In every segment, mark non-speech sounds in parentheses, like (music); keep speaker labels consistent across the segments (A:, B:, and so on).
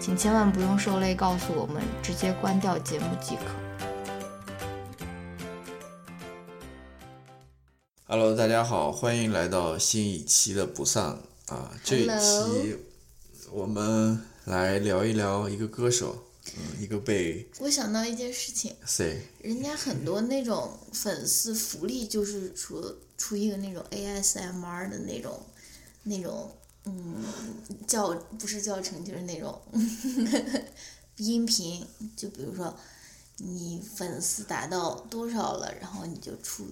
A: 请千万不用受累告诉我们，直接关掉节目即可。
B: Hello，大家好，欢迎来到新一期的不丧啊！这一
A: Hello
B: 期我们来聊一聊一个歌手，嗯，一个被
C: 我想到一件事情，
B: 谁？
C: 人家很多那种粉丝福利就是出出一个那种 ASMR 的那种，那种嗯教不是教程就是那种 (laughs) 音频，就比如说你粉丝达到多少了，然后你就出，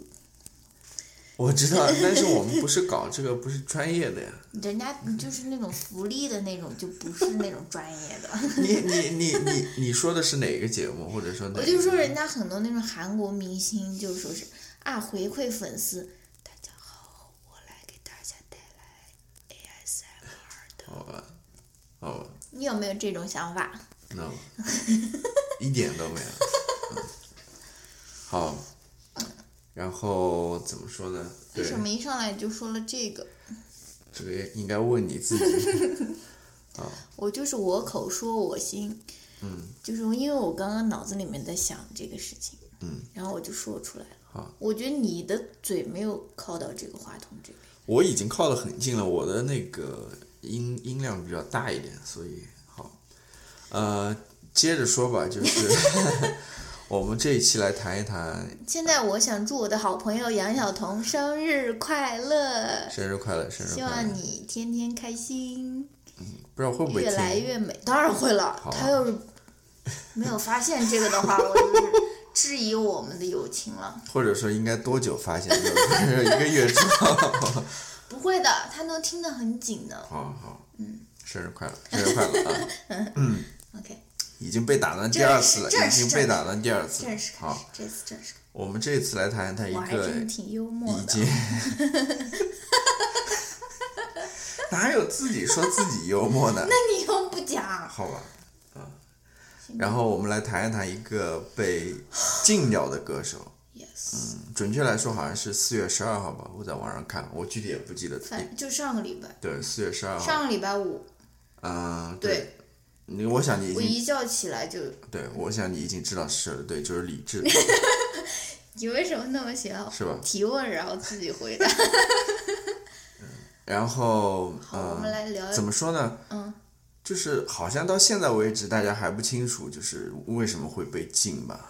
B: 我知道，但是我们不是搞这个，不是专业 (laughs) 的呀。
C: 人家就是那种福利的那种，就不是那种专业的。
B: 你你你你 (laughs) 你说的是哪个节目，或者说哪个？
C: 我就说人家很多那种韩国明星就说是啊回馈粉丝，大家好，我来给大家带来 ASMR 的。
B: 好吧，好吧，
C: 你有没有这种想法？
B: 那、no, (laughs) 一点都没有。嗯好，然后怎么说呢？
C: 为
B: 对。
C: 什么一上来就说了这个？
B: 这个应该问你自己。
C: 我就是我口说我心，嗯，就是因为我刚刚脑子里面在想这个事情，
B: 嗯，
C: 然后我就说出来了。
B: 好，
C: 我觉得你的嘴没有靠到这个话筒这边，
B: 我已经靠得很近了，我的那个音音量比较大一点，所以好，呃，接着说吧，就是 (laughs) 我们这一期来谈一谈
C: 现在我想祝我的好朋友杨晓彤生日快乐，
B: 生日快乐，生日
C: 希
B: 快乐，
C: 望你天天开心，
B: 不知道会不会
C: 越
B: 听，
C: 来越美。当然会了
B: 好，
C: 他要是没有发现这个的话，我就是质疑我们的友情了。
B: 或者说应该多久发现，就是一个月之后，
C: 不会的，他能听得很紧的。
B: 好好，嗯，生日快乐，生日快乐啊！
C: OK，
B: 已经被打断第二次了，
C: 这是
B: 已经被打断第二次了
C: 正式。开始
B: 好，，
C: 这次正式开
B: 我们这次来谈一谈
C: 始。
B: 一
C: 我还
B: 个
C: 真的挺幽默
B: 已
C: 的
B: 经，哪有自己说自己幽默的？
C: (laughs) 那 (laughs) 你又不讲，
B: 好吧，啊，然后我们来谈一谈一个被禁掉的歌手，
C: yes，、
B: 嗯准确来说好像是四月十二号吧，我在网上看，我具体也不记得。
C: 反就上个礼拜，
B: 对，四月十二号，
C: 上个礼拜五，
B: 嗯，
C: 对，
B: 你我想你已
C: 我
B: 经，
C: 一觉起来就，
B: 对我想你已经知道是谁了，对，就是李
C: (laughs)
B: 志，
C: 你为什么那么喜欢
B: 是吧？嗯
C: 提问，然后自己回答？
B: 然后，
C: 好，我们
B: 嗯，
C: 来聊一
B: 怎么说呢？
C: 嗯，
B: 就是好像到现在为止，大家还不清楚就是为什么会被禁吧？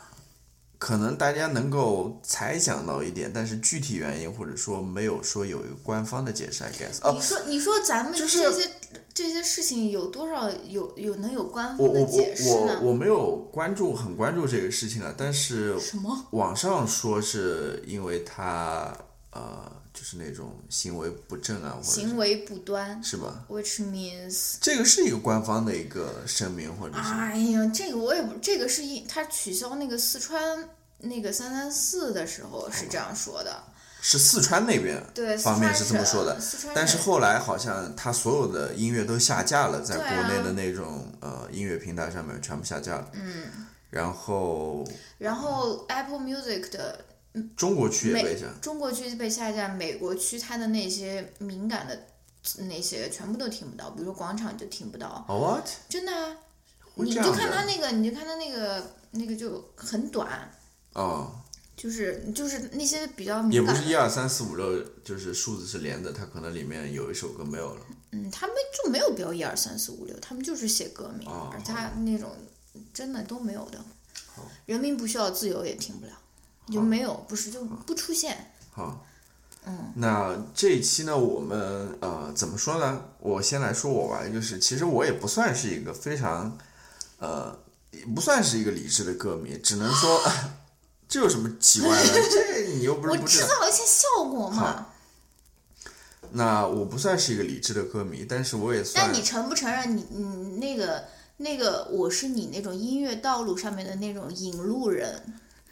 B: 可能大家能够猜想到一点，但是具体原因或者说没有说有一个官方的解释，I guess。哦
C: 你，说，你说咱们
B: 就
C: 这
B: 是
C: 些、这些事情有多少有有能有官
B: 我
C: 方
B: 我
C: 的
B: 我
C: 解释
B: 我
C: 呢？
B: 我没有关注很关注这个事情了，但是
C: 什么？
B: 网上说是因为他呃就是那种行为不正啊，或者
C: 行为不端
B: 是吧？
C: ，which means，
B: 这个是一个官方的一个声明或者是
C: 哎呀，这个我也不，这个是因他取消那个四川那个三三四的时候是这样说的，
B: 是四川那边
C: 对，四
B: 哦方面
C: 川
B: 是这么说的
C: 省，四川
B: 但是
C: 省
B: 后来好像他所有的音乐都下架了，在
C: 对
B: 国
C: 啊
B: 内的那种、呃音乐平台上面全部下架了。嗯。然后
C: 然后 Apple Music 的
B: 中国区也被
C: 美
B: 下，
C: 中国区被下架，美国区它的那些敏感的那些全部都听不到，比如说广场就听不到，
B: 哦 what？
C: 真的啊。
B: 会
C: 你
B: 这
C: 就
B: 样
C: 看他
B: 的？
C: 那个，你就看他那个那个就很短，
B: 哦，
C: 就是就是那些比较敏
B: 也不
C: 感
B: 是一
C: 的，
B: 二三四五六，就是数字是连的，它可能里面有一首歌没有了。
C: 嗯，他们就没有标一二三四五六，他们就是写歌名，
B: 哦
C: 而他那种真的都没有的
B: 好。
C: 人民不需要自由也听不了，就没有，不是就不出现。
B: 好，嗯，那这一期呢，我们呃怎么说呢？我先来说我吧，就是其实我也不算是一个非常呃，也不算是一个理智的歌迷，只能说 (laughs) 这有什么奇怪
C: (laughs)
B: 的？这你又不是
C: 我
B: 不知
C: 制
B: 道。
C: 造一些效果嘛
B: 好。那我不算是一个理智的歌迷，但是我也算
C: 但你承不承认你你那个那个我是你那种音乐道路上面的那种引路人？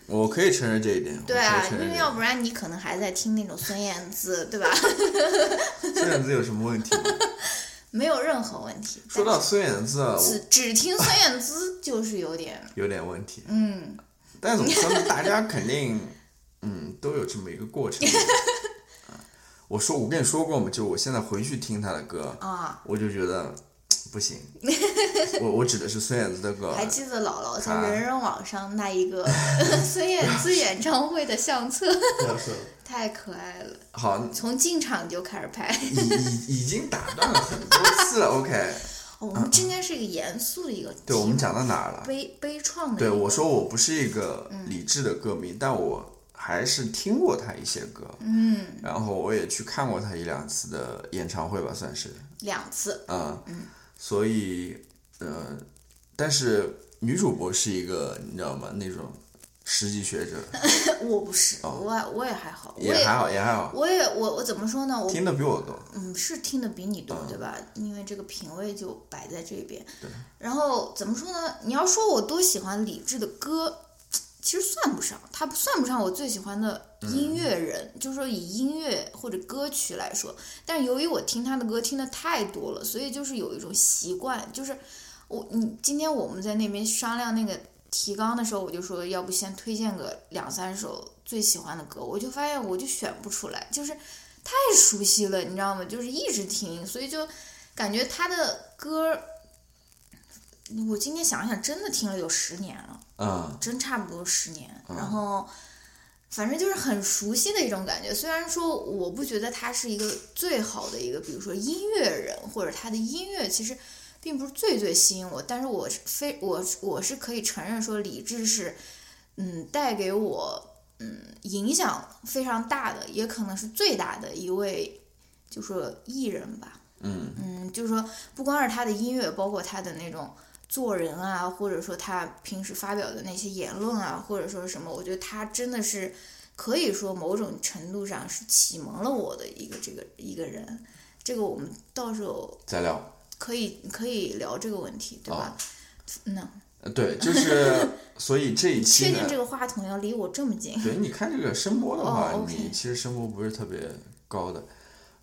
B: 我可以承认这一点。
C: 对
B: 我
C: 啊
B: 可以，承
C: 因
B: 认
C: 为
B: 这一
C: 要
B: 点。
C: 不然你可能还在听那种孙燕姿， (laughs) 对吧？
B: 孙燕姿有什么问题吗？
C: 没有任何问题。
B: 说到孙燕姿啊，
C: 但 (laughs) 是
B: 我
C: 只只听孙燕姿就是有点，
B: 有点问题。
C: 嗯，
B: 但怎么说呢？大家肯定， (laughs) 嗯，都有这么一个过程。啊 (laughs) 我说，我跟你说过嘛，就我现在回去听她的歌，
C: 啊，
B: 我就觉得不行。我我指的是孙燕姿的歌，
C: 还记得姥姥在
B: 啊
C: 人人网上那一
B: (laughs)
C: 个孙燕姿演唱会的相册， (laughs) 太可爱了，
B: 好，
C: 从进场就开始拍。
B: 已已已经打断了很多次了。OK，
C: 哦我们这应该是一个严肃的一个题目，
B: 啊对，我们讲到哪儿了？
C: 悲悲怆的一个。
B: 对，我说我不是一个理智的歌迷，但我还是听过他一些歌，
C: 嗯，
B: 然后我也去看过他一两次的演唱会吧，算是，
C: 两次
B: 嗯，所以，呃，但是女主播是一个你知道吗？那种实际学者
C: 我不是，我我也还好， (laughs) 我
B: 哦也还好，也还好，
C: 我也我我怎么说呢？我
B: 听的比我多，
C: 嗯，是听的比你多，对吧？因为这个品味就摆在这边。然后怎么说呢？你要说我多喜欢李志的歌，其实算不上，他不算不上我最喜欢的音乐人，就是说以音乐或者歌曲来说。但由于我听他的歌听的太多了，所以就是有一种习惯，就是我你今天我们在那边商量那个提纲的时候，我就说要不先推荐个两三首最喜欢的歌，我就发现我就选不出来，就是太熟悉了，你知道吗？就是一直听，所以就感觉他的歌儿，我今天想想，真的听了有十年了，
B: 嗯，
C: 真差不多十年。然后，反正就是很熟悉的一种感觉。虽然说我不觉得他是一个最好的一个，比如说音乐人或者他的音乐，其实并不是最最吸引我，但是我是非我我是可以承认说李志是，嗯，带给我嗯影响非常大的，也可能是最大的一位，就说艺人吧，
B: 嗯
C: 嗯，就是说不光是他的音乐，包括他的那种做人啊，或者说他平时发表的那些言论啊，或者说什么，我觉得他真的是可以说某种程度上是启蒙了我的一个这个一个人，这个我们到时候。
B: 再聊，
C: 可以可以聊这个问题，对吧？那
B: 呃
C: (laughs)
B: 对，就是，所以这一期
C: 确
B: 呢
C: 定这，个话筒要离我这么近，
B: 对，你看这个声波的话，
C: 哦，OK
B: 你其实声波不是特别高的，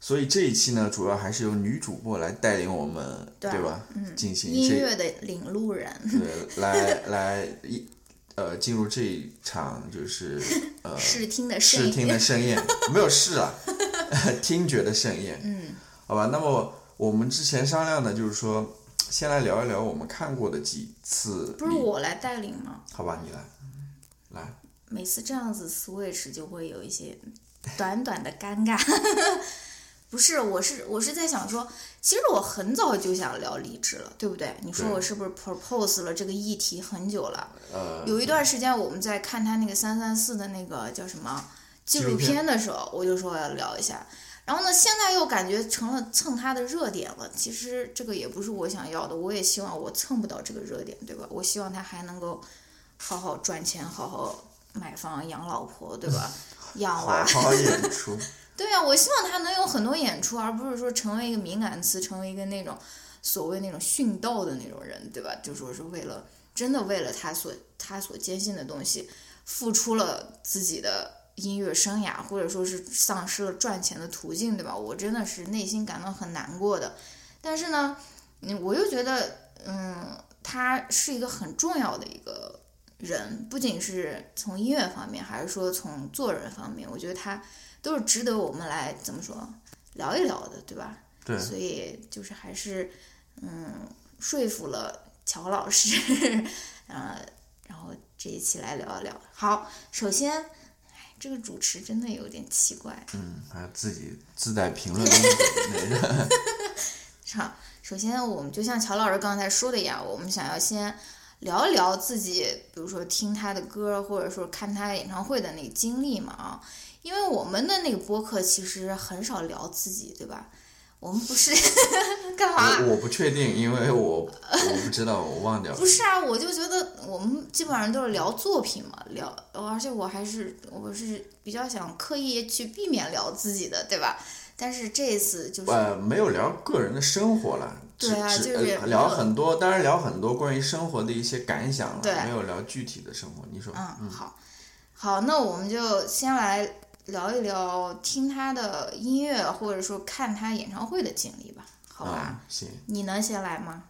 B: 所以这一期呢，主要还是由女主播来带领我们，对
C: 对
B: 吧？嗯、进行
C: 音
B: 这
C: 乐的领路人，
B: (laughs) 对来来一呃进入这一场就是呃
C: 视听的声
B: 视听
C: 音，
B: 的盛宴，没有视啊， (laughs) 听觉的盛宴。嗯，好吧，那么我们之前商量的就是说，先来聊一聊我们看过的几次，
C: (laughs) 不是，我来带领吗？
B: 好吧，你来，来，
C: 每次这样子 switch 就会有一些短短的尴尬。 (laughs) 不是，我是我是在想说，其实我很早就想聊离职了，对不对？你说
B: 对
C: 我是不是 propose 了这个议题很久了？
B: 呃，
C: 有一段时间我们在看他那个三三四的那个叫什么纪
B: 录
C: 录
B: 片
C: 片的时候，我就说我要聊一下。然后呢，现在又感觉成了蹭他的热点了。其实这个也不是我想要的，我也希望我蹭不到这个热点，对吧？我希望他还能够好好赚钱，好好买房养老婆，对
B: (laughs)
C: 吧？养
B: 好
C: 娃
B: 好，好演
C: (laughs)
B: 出，
C: 对呀、我希望他能有很多演出，而不是说成为一个敏感词，成为一个那种所谓那种殉道的那种人，对吧？就说是为了真的为了他所他所坚信的东西，付出了自己的音乐生涯，或者说是丧失了赚钱的途径，对吧？我真的是内心感到很难过的。但是呢，嗯，我又觉得，嗯，他是一个很重要的一个人，不仅是从音乐方面，还是说从做人方面，我觉得他都是值得我们来怎么说聊一聊的，对吧？
B: 对，
C: 所以就是还是嗯，说服了乔老师， (laughs) 呃，然后这一期来聊一聊。好，首先，哎，这个主持真的有点奇怪，
B: 嗯，还有自己自带评论的那
C: (laughs)
B: 个
C: 好，首先我们就像乔老师刚才说的一样，我们想要先聊一聊自己，比如说听他的歌，或者说看他演唱会的那个经历嘛啊。因为我们的那个播客其实很少聊自己，对吧？我们不是 (laughs) 干嘛？
B: 我我不确定，因为我我不知道，我忘掉了
C: 不。是啊，我就觉得我们基本上都是聊作品嘛，聊，而且我还是我是比较想刻意去避免聊自己的，对吧？但是这一次就是，
B: 呃，没有聊个人的生活了，只
C: 对啊
B: 只
C: 就是
B: 呃聊很多，当然聊很多关于生活的一些感想
C: 对
B: 了，没有聊具体的生活。你说，
C: 嗯，好，好，那我们就先来聊一聊听他的音乐，或者说看他演唱会的经历吧，好吧？
B: 嗯，行，
C: 你能先来吗？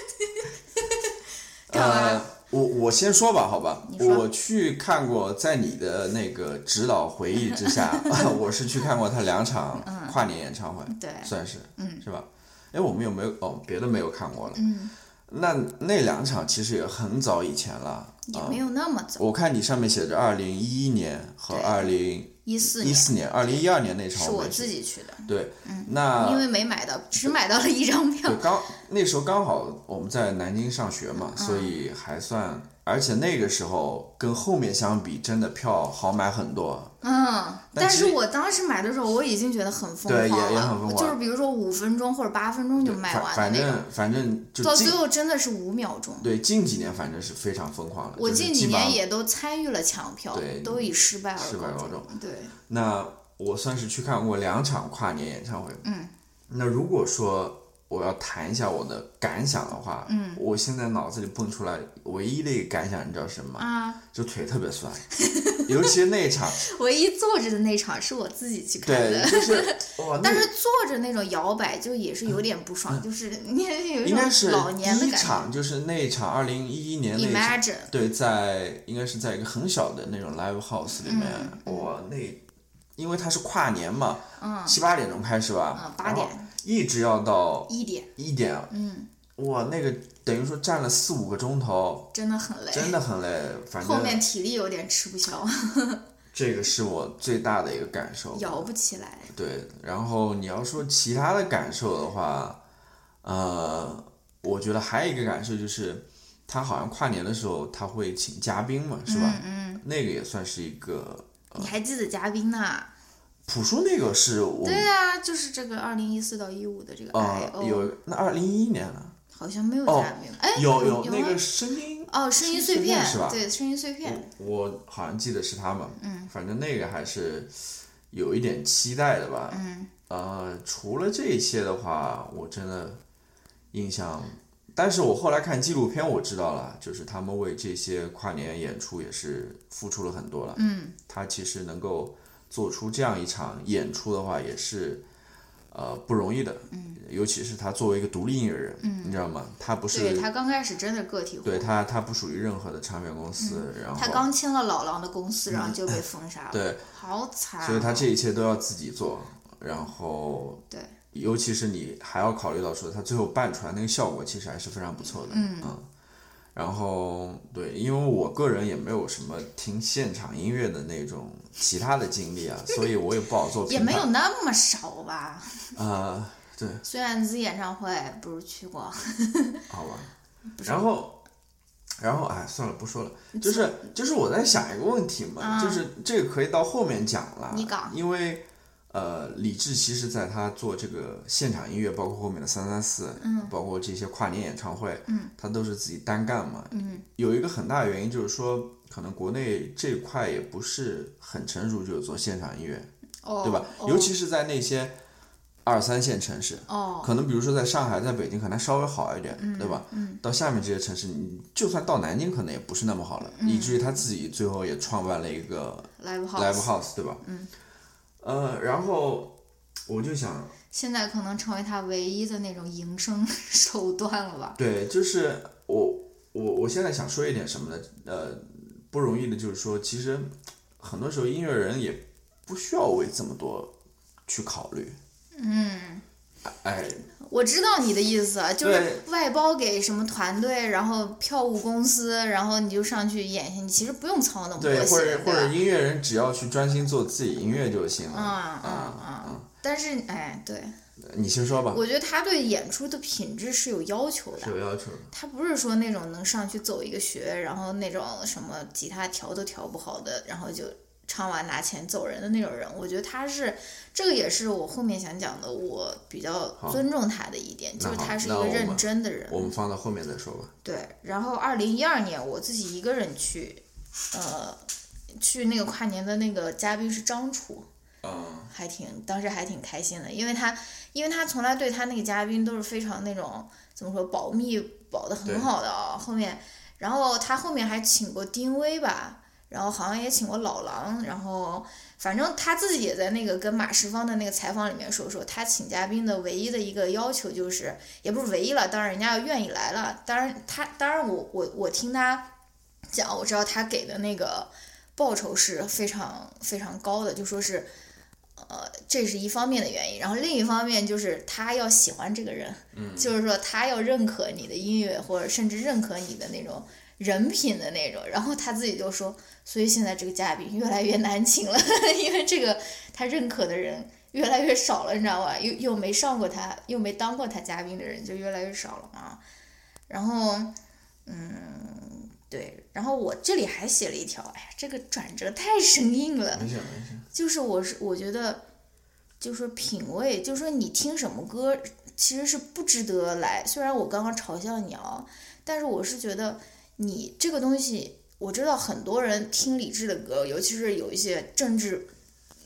C: (laughs) 干嘛
B: 呃，我我先说吧，好吧
C: 你，说
B: 我去看过，在你的那个指导回忆之
C: (laughs)
B: 下， (laughs) 我是去看过他两场跨年演唱会，
C: 嗯对，
B: 算是，
C: 嗯，
B: 是吧？哎，我们有没有哦？别的没有看过了。
C: 嗯，
B: 那那两场其实也很早以前了，啊
C: 也没有那么早，
B: 我看你上面写着二零一一年和
C: 对
B: 二零
C: 一四
B: 一
C: 年
B: 四年、二零一二年那场
C: 是我
B: 没去
C: 自己去的，
B: 对，那
C: 因为没买到，只买到了一
B: (laughs)
C: 张票
B: 对。刚那时候刚好我们在南京上学嘛，
C: 嗯
B: 所以还算，而且那个时候跟后面相比，真的票好买很多。
C: 嗯，
B: 但
C: 但
B: 其
C: 是
B: 实
C: 我当时买的时候，我已经觉得很疯狂了，
B: 对也也很疯狂
C: 就是比如说五分钟或者八分钟就卖
B: 反
C: 完
B: 反
C: 的那
B: 正
C: 种，
B: 反正就
C: 到
B: 近
C: 最后真的是五秒钟。
B: 对近几年反正是非常疯狂了。
C: 我
B: 就是
C: 近
B: 基
C: 几
B: 本上
C: 年也都参与了抢票
B: 对，
C: 都以失败而
B: 失败
C: 告
B: 告
C: 终。对，
B: 那我算是去看过两场跨年演唱会。
C: 嗯，
B: 那如果说我要谈一下我的感想的话，嗯，我现在脑子里蹦出来唯一的一个感想，你知道是什么吗？
C: 啊，
B: 就腿特别酸，尤其是那一场，
C: 唯一坐着的那场是我自己去看
B: 对， (laughs)
C: 的，
B: 就是
C: (laughs)
B: 哇，那
C: 但是坐着那种摇摆就也是有点不爽，就是你有一
B: 嗯应该
C: 种
B: 是
C: 老年的
B: 第一
C: 感觉。
B: 场，就是那一场二零一一年那一场，
C: Imagine，
B: 对，在应该是在一个很小的那种 live house
C: 嗯
B: 里面，哇，那因为它是跨年嘛，
C: 嗯
B: 七八点钟开始吧
C: 嗯，八
B: 然后
C: 点
B: 一直要到
C: 一点，
B: 一点，
C: 嗯，
B: 哇，那个等于说站了四五个钟头，
C: 真的很累，
B: 真的很累，反
C: 哎后面
B: 正
C: 体力有点吃不消，
B: 这个是我最大的一个感受。
C: 摇不起来。
B: 对，然后你要说其他的感受的话，呃，我觉得还有一个感受就是，他好像跨年的时候他会请嘉宾嘛，是吧？
C: 嗯嗯，
B: 那个也算是一个，
C: 你还记得嘉宾呢？
B: 朴树那个是我
C: 对啊，哎就是这个二零一四到一五的这个
B: 呃
C: I.O，、
B: 有那二零一一年呢，
C: 好像没有
B: 哦
C: 嘉宾，哎、
B: 有有
C: 有
B: 那
C: 吗
B: 个声音，
C: 哦，声音碎
B: 碎片
C: 片
B: 是吧嗯
C: 对，声音碎片，
B: 我好像记得是他嘛，嗯，反正那个还是有一点期待的吧，
C: 嗯，
B: 呃，除了这些的话，我真的印象，但是我后来看纪录片，我知道了，就是他们为这些跨年演出也是付出了很多了。
C: 嗯，
B: 他其实能够做出这样一场演出的话，也是呃不容易的。嗯，尤其是他作为一个独立音乐人，嗯、你知道吗？他不是
C: 对他刚开始真的个体户，
B: 对他他不属于任何的唱片公司，然后
C: 嗯他刚签了老狼的公司，然后就被封杀了，
B: 嗯对，
C: 好惨啊。
B: 所以他这一切都要自己做，然后
C: 对，
B: 尤其是你还要考虑到说他最后办出来那个效果其实还是非常不错的，嗯然后对，因为我个人也没有什么听现场音乐的那种其他的经历啊，所以我也不好做评
C: 也
B: 判。
C: 没有那么少吧。
B: 呃，对，
C: 虽然自己演唱会不是去过，
B: 好吧。然后，然后哎，算了，啊不说了。就是就是我在想一个问题嘛，就是这个可以到后面讲了。
C: 你讲
B: 因为呃，李志其实在他做这个现场音乐，包括后面的三三四，嗯，包括这些跨年演唱会，嗯，他都是自己单干嘛。嗯，有一个很大的原因就是说，可能国内这块也不是很成熟，就是做现场音乐，
C: 哦，
B: 对吧？
C: 哦
B: 尤其是在那些二三线城市，
C: 哦，
B: 可能比如说在上海、在北京可能稍微好一点，对吧？嗯，到下面这些城市，你就算到南京，可能也不是那么好了，以至于他自己最后也创办了一个
C: 嗯 live house，,
B: live house，对吧？嗯，呃，然后我就想，
C: 现在可能成为他唯一的那种营生 (laughs) 手段了吧？
B: 对，就是我我我现在想说一点什么呢？呃，不容易的就是说，其实很多时候音乐人也不需要为这么多去考虑，
C: 嗯，
B: 哎，
C: 我知道你的意思，就是
B: 对
C: 外包给什么团队，然后票务公司，然后你就上去演戏，你其实不用操那么多
B: 对，
C: 心，
B: 或
C: 对
B: 者或者
C: 吧？
B: 音乐人只要去专心做自己音乐就行了，
C: 嗯嗯
B: 啊
C: 嗯，但是哎，对，
B: 你先说吧，
C: 我觉得他对演出的品质是有要求的
B: 是，有要求的。
C: 他不是说那种能上去走一个学，然后那种什么吉他调都调不好的，然后就唱完拿钱走人的那种人。我觉得他是这个，也是我后面想讲的，我比较尊重他的一点，就是
B: 那好
C: 他是一
B: 那
C: 个
B: 我
C: 认
B: 们
C: 真的人。
B: 我们放到后面再说吧。
C: 对，然后二零一二年我自己一个人去，呃，去那个跨年的那个嘉宾是张楚，
B: 嗯，
C: 还挺，当时还挺开心的，因为他，因为他从来对他那个嘉宾都是非常那种怎么说保密保的
B: 对
C: 很好的啊、后面，然后他后面还请过丁薇吧，然后好像也请过老狼，然后反正他自己也在那个跟马世芳的那个采访里面说说，他请嘉宾的唯一的一个要求就是，也不是唯一了，当然人家要愿意来了，当然他当然我我我听他讲，我知道他给的那个报酬是非常非常高的，就说是。呃，这是一方面的原因，然后另一方面就是他要喜欢这个人，就是说他要认可你的音乐，或者甚至认可你的那种人品的那种。然后他自己就说，所以现在这个嘉宾越来越难请了， (laughs) 因为这个他认可的人越来越少了，你知道吧？又又没上过他，又没当过他嘉宾的人就越来越少了嘛。然后，嗯，对，然后我这里还写了一条，哎呀，这个转折太生硬了。
B: 没事没事。
C: 就是我是我觉得，就是说品味，就是说你听什么歌，其实是不值得来。虽然我刚刚嘲笑你啊，但是我是觉得你这个东西，我知道很多人听理智的歌，尤其是有一些政治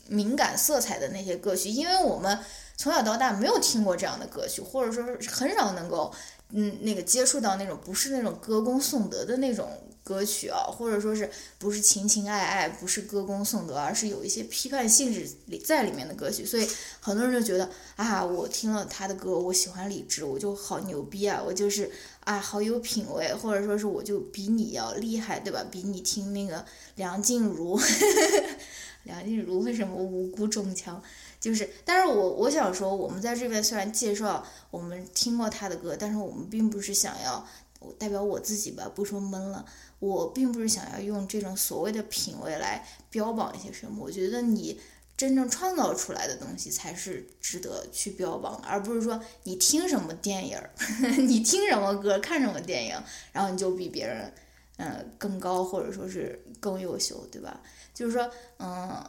C: 敏感色彩的那些歌曲，因为我们从小到大没有听过这样的歌曲，或者说是很少能够嗯那个接触到那种不是那种歌功颂德的那种歌曲啊，或者说是不是情情爱爱，不是歌功颂德，而是有一些批判性质里在里面的歌曲，所以很多人就觉得啊，我听了他的歌，我喜欢李志，我就好牛逼啊，我就是啊好有品味，或者说是我就比你要厉害，对吧？比你听那个梁静茹， (laughs) 梁静茹为什么无辜中枪？就是，但是我我想说，我们在这边虽然介绍我们听过他的歌，但是我们并不是想要，我代表我自己吧，不说闷了，我并不是想要用这种所谓的品味来标榜一些什么。我觉得你真正创造出来的东西才是值得去标榜的，而不是说你听什么电影儿， (laughs) 你听什么歌，看什么电影，然后你就比别人，嗯、更高或者说是更优秀，对吧？就是说，嗯，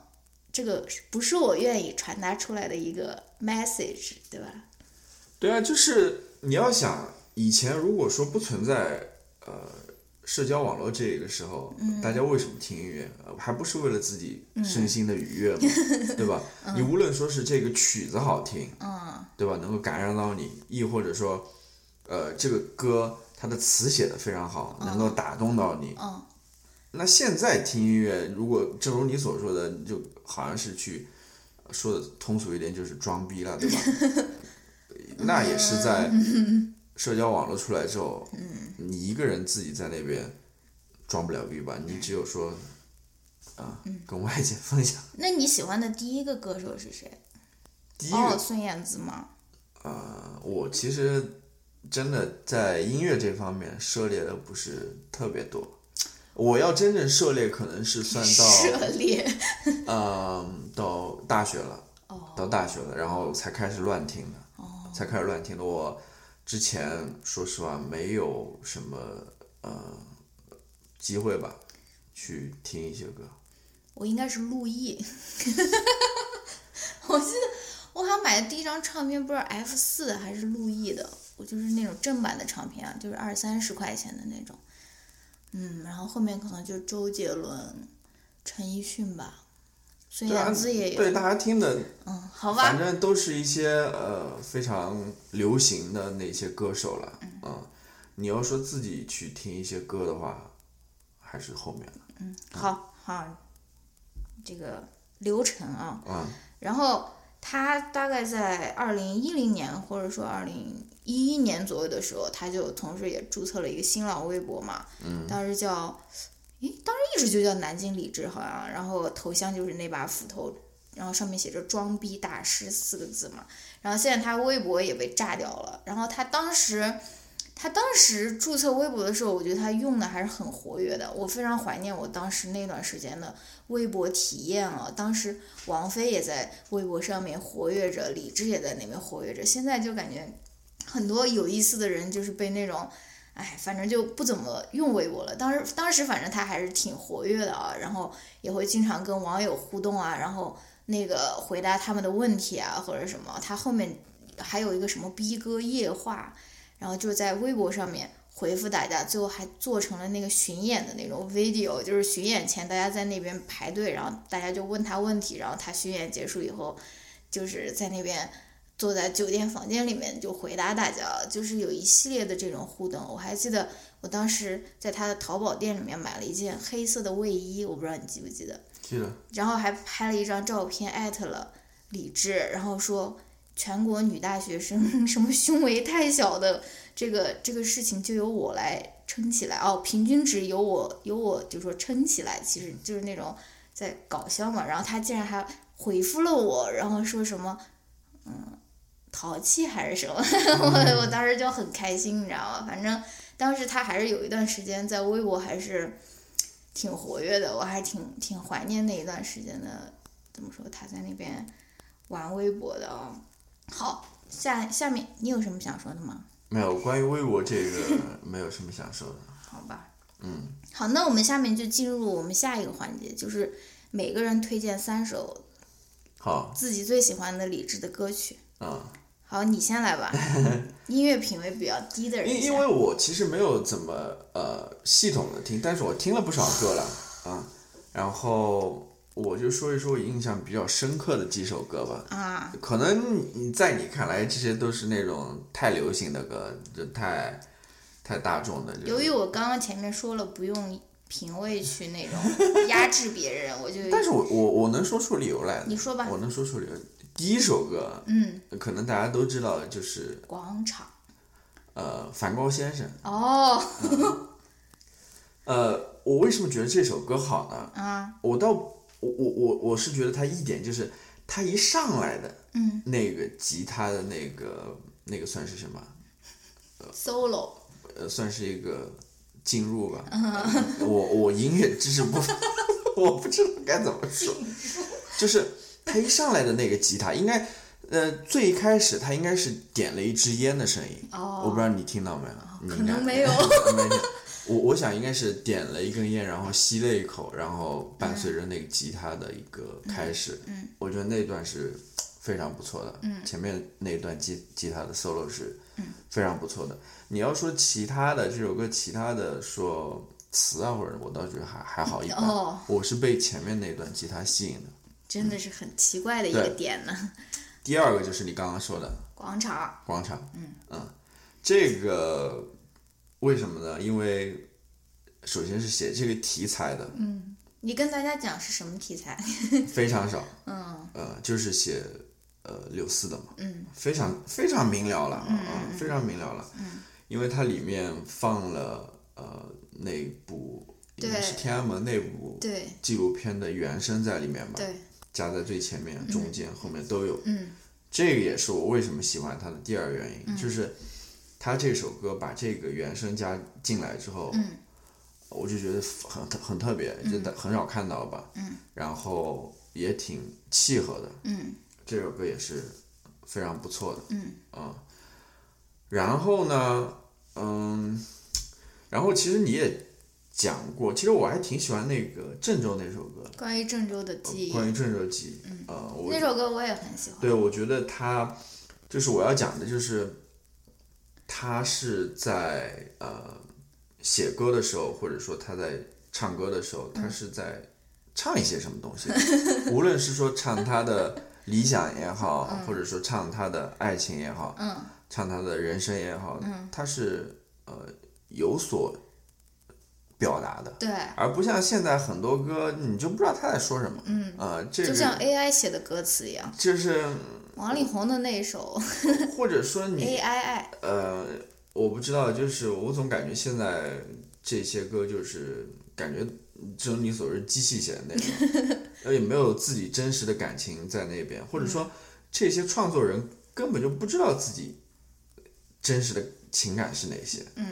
C: 这个是不是我愿意传达出来的一个 message，对吧？
B: 对啊，就是你要想以前如果说不存在呃社交网络这个时候，
C: 嗯
B: 大家为什么听音乐？呃还不是为了自己身心的愉
C: (laughs)
B: 悦嘛，对吧？你无论说是这个曲子好听，
C: 嗯
B: 对吧？能够感染到你，亦或者说，呃，这个歌它的词写的非常好，能够打动到你。
C: 嗯
B: 那现在听音乐，如果正如你所说的，就好像是去说的通俗一点，就是装逼了，对吧？
C: (laughs)
B: 那也是在社交网络出来之后，
C: 嗯
B: 你一个人自己在那边装不了逼吧？你只有说啊，
C: 嗯
B: 跟外界分享。
C: 那你喜欢的第一个歌手是谁？
B: 第一个
C: 哦，孙燕姿吗？
B: 呃，我其实真的在音乐这方面涉猎的不是特别多。我要真正涉猎，可能是算
C: (laughs) 涉猎。
B: 到，嗯，到大学了，
C: 哦
B: 到大学了，然后才开始乱听的，才开始乱听的。我之前说实话没有什么呃机会吧，去听一些歌。
C: 我应该是陆毅。 (laughs) 我记得我好像买的第一张唱片不知道 F 四还是陆毅的，我就是那种正版的唱片啊，就是二三十块钱的那种。嗯，然后后面可能就周杰伦、陈奕迅吧，孙
B: 对啊
C: 燕姿也，有。
B: 对大家听的
C: 嗯，好吧
B: 反。正都是一些呃非常流行的那些歌手了，嗯，你要说自己去听一些歌的话，还是后面了，
C: 好好，这个流程啊，
B: 嗯，
C: 然后他大概在二零一零年或者说二零一一年左右的时候，他就同时也注册了一个新浪微博嘛，嗯，当时叫，诶，当时一直就叫南京李志好像，然后头像就是那把斧头，然后上面写着“装逼大师”四个字嘛，然后现在他微博也被炸掉了，然后他当时。他当时注册微博的时候，我觉得他用的还是很活跃的。我非常怀念我当时那段时间的微博体验啊！当时王菲也在微博上面活跃着，李志也在那边活跃着。现在就感觉很多有意思的人就是被那种，哎，反正就不怎么用微博了。当时当时反正他还是挺活跃的啊，然后也会经常跟网友互动啊，然后那个回答他们的问题啊或者什么。他后面还有一个什么逼哥夜话。然后就在微博上面回复大家，最后还做成了那个巡演的那种 video，就是巡演前大家在那边排队，然后大家就问他问题，然后他巡演结束以后，就是在那边坐在酒店房间里面就回答大家，就是有一系列的这种互动。我还记得我当时在他的淘宝店里面买了一件黑色的卫衣，我不知道你记不记得，
B: 记得
C: 然后还拍了一张照片，艾特了李志，然后说全国女大学生 (laughs) 什么胸围太小的。这个这个事情就由我来撑起来哦，平均值由我由我就说撑起来，其实就是那种在搞笑嘛。然后他竟然还回复了我，然后说什么嗯淘气还是什么， (laughs) 我我当时就很开心，你知道吗？反正当时他还是有一段时间在微博还是挺活跃的，我还挺挺怀念那一段时间的。怎么说？他在那边玩微博的哦。好，下下面你有什么想说的吗？
B: 没有关于微博这个没有什么想说的。
C: 好吧，
B: 嗯，
C: 好，那我们下面就进入我们下一个环节，就是每个人推荐三首
B: 好
C: 自己最喜欢的李志的歌曲。
B: 啊，
C: 好，你
B: (laughs)
C: 先来吧，音乐品味比较低的人
B: 因
C: 先。
B: 因为我其实没有怎么呃系统的听，但是我听了不少歌了啊，然后我就说一说我印象比较深刻的几首歌吧。
C: 啊，
B: 可能你在你看来，这些都是那种太流行的歌，就太太大众的。
C: 由于我刚刚前面说了不用品味去那种压制别人，我就
B: (laughs) 但是我我我能说出理由来的。
C: 你说吧
B: 我能说出理由。第一首歌，
C: 嗯，
B: 可能大家都知道，就是
C: 广场
B: 呃梵高先生。
C: 哦
B: 呃，我为什么觉得这首歌好呢？
C: 啊
B: 我倒我我我我是觉得它一点就是它一上来的，
C: 嗯，
B: 那个吉他的那个那个算是什么？
C: solo
B: 呃，算是一个进入吧。
C: 嗯
B: 嗯我我 (laughs) 音乐知识不，我不知道该怎么说，就是他一上来的那个吉他，应该呃最一开始他应该是点了一支烟的声音，
C: 哦
B: 我不知道你听到没有，你
C: 可
B: 应该
C: 能没有
B: 没有
C: (laughs)
B: 我我想应该是点了一根烟，然后吸了一口，然后伴随着那个吉他的一个开始，
C: 嗯
B: 我觉得那段是非常不错的。
C: 嗯
B: 前面那段吉吉他的 solo 是非常不错的。你要说其他的这首歌，其他的说词啊或者我倒觉得还还好一般。
C: 哦
B: 我是被前面那段吉他吸引的。
C: 真的是很奇怪的一个
B: 对
C: 点呢。 (laughs)
B: 第二个就是你刚刚说的
C: 广场
B: 广场，嗯这个为什么呢？因为首先是写这个题材的，
C: 你跟大家讲是什么题
B: (laughs)
C: 材？
B: 非常少，
C: 嗯
B: 呃，就是写呃六四的嘛，
C: 嗯
B: 非常非常明了了，嗯非常明了了，
C: 嗯
B: 因为它里面放了呃那部应该是
C: 对
B: 天安门那部
C: 对
B: 纪录片的原声在里面嘛，
C: 对
B: 加在最前面、中间、后面都有，
C: 嗯
B: 这个也是我为什么喜欢它的第二原因，就是他这首歌把这个原声加进来之后，
C: 嗯
B: 我就觉得很很特别，就很少看到吧，
C: 嗯
B: 然后也挺契合的，
C: 嗯
B: 这首歌也是非常不错的。啊
C: 嗯
B: 然后呢，嗯，然后其实你也讲过，其实我还挺喜欢那个郑州那首歌，
C: 关于郑州的记忆，
B: 关于郑州记忆。呃，哦我
C: 那首歌我也很喜欢。
B: 对我觉得它就是我要讲的，就是他是在呃写歌的时候，或者说他在唱歌的时候，他是在唱一些什么东西，无论是说唱他的理想也好，或者说唱他的爱情也好，
C: 嗯
B: 唱他的人生也好，他是呃有所表达的，
C: 对，
B: 而不像现在很多歌你就不知道他在说什么。
C: 嗯，
B: 呃，这
C: 就像
B: 个
C: AI 写的歌词一样，
B: 就是，
C: 王力宏的那一首
B: 或者说
C: (laughs) A
B: 你
C: I I，
B: 呃，我不知道，就是我总感觉现在这些歌就是感觉只有你所谓机器写的那
C: (laughs)
B: 种，而也没有自己真实的感
C: 嗯
B: 情在那边，或者说这些创作人根本就不知道自己真实的情感是哪些，
C: 嗯，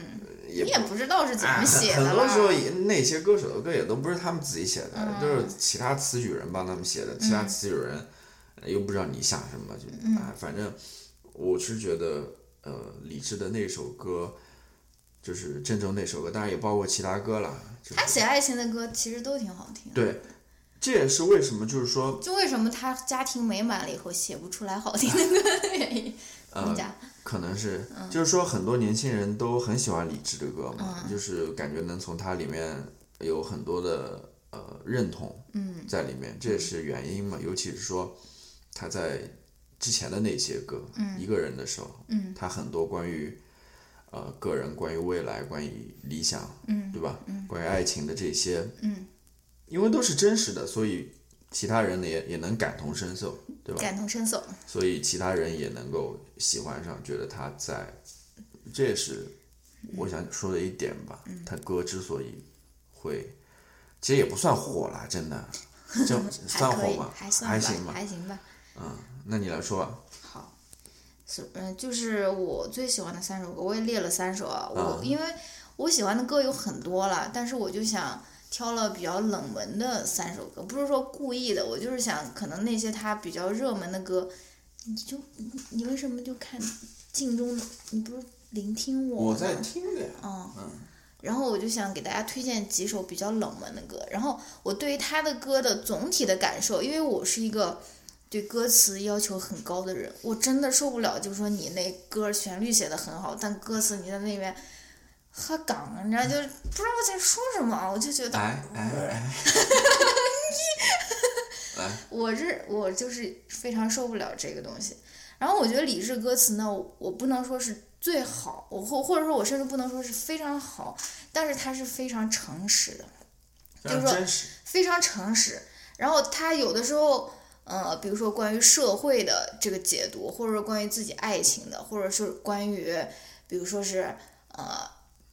B: 也
C: 你也不知道是怎
B: 哎
C: 么
B: 很
C: 写
B: 很
C: 的
B: 多
C: 了。
B: 时候也那些歌手的歌也都不是他们自己写的，都是
C: 嗯
B: 其他词曲人帮他们写的，其他词曲人呃又不知道你想什么，就
C: 嗯
B: 哎，反正我是觉得，呃，李志的那首歌，就是郑州那首歌，当然也包括其他歌啦，就
C: 哎
A: 他写
B: 是
A: 爱情的歌其实都挺好听。
B: 对，这也是为什么就是说，
C: 就为什么他家庭美满了以后写不出来好
B: 啊
C: 听的歌的原因？
B: 呃
C: 你，讲，
B: 可能是，
C: 嗯
B: 就是说很多年轻人都很喜欢李志的歌嘛，
C: 嗯
B: 就是感觉能从他里面有很多的呃认同，
C: 嗯
B: 在里面，这也是原因嘛。尤其是说他在之前的那些歌，一个人的时候，
C: 嗯
B: 他很多关于呃个人、关于未来、关于理想，
C: 嗯
B: 对吧？关于爱情的这些，
C: 嗯，
B: 因为都是真实的，所以其他人呢也也能感同身受，对吧？
C: 感同身受。
B: 所以其他人也能够喜欢上，觉得他在，这也是我想说的一点吧。
C: 嗯
B: 他歌之所以会，其实也不算火啦，真的，
C: (laughs)
B: 就算
C: 还可
B: 火
C: 以
B: 吗？，
C: 还算吧，
B: 还行吧。嗯
C: 还行吧。
B: 那你来说啊吧，
C: 好，是嗯，就是我最喜欢的三首歌，我也列了三首啊。我、因为我喜欢的歌有很多了，但是我就想挑了比较冷门的三首歌，不是说故意的，我就是想可能那些它比较热门的歌，你就你你为什么就看镜中你不是聆听我
B: 我
C: 吗？
B: 在听着呀。
C: 嗯，然后我就想给大家推荐几首比较冷门的歌。然后我对于他的歌的总体的感受，因为我是一个对歌词要求很高的人，我真的受不了，就是说你那歌旋律写的很好，但歌词你在那边喝港，你知道就是不知道在说什么，我就觉得
B: 哎哎哎，
C: 我是我就是非常受不了这个东西。然后我觉得李志歌词呢，我我不能说是最好，我或或者说我甚至不能说是非常好，但是他是非常诚实的。
B: 非常
C: 就是说
B: 真实。
C: 非常诚实。然后他有的时候，呃，比如说关于社会的这个解读，或者说关于自己爱情的，或者是关于，比如说是呃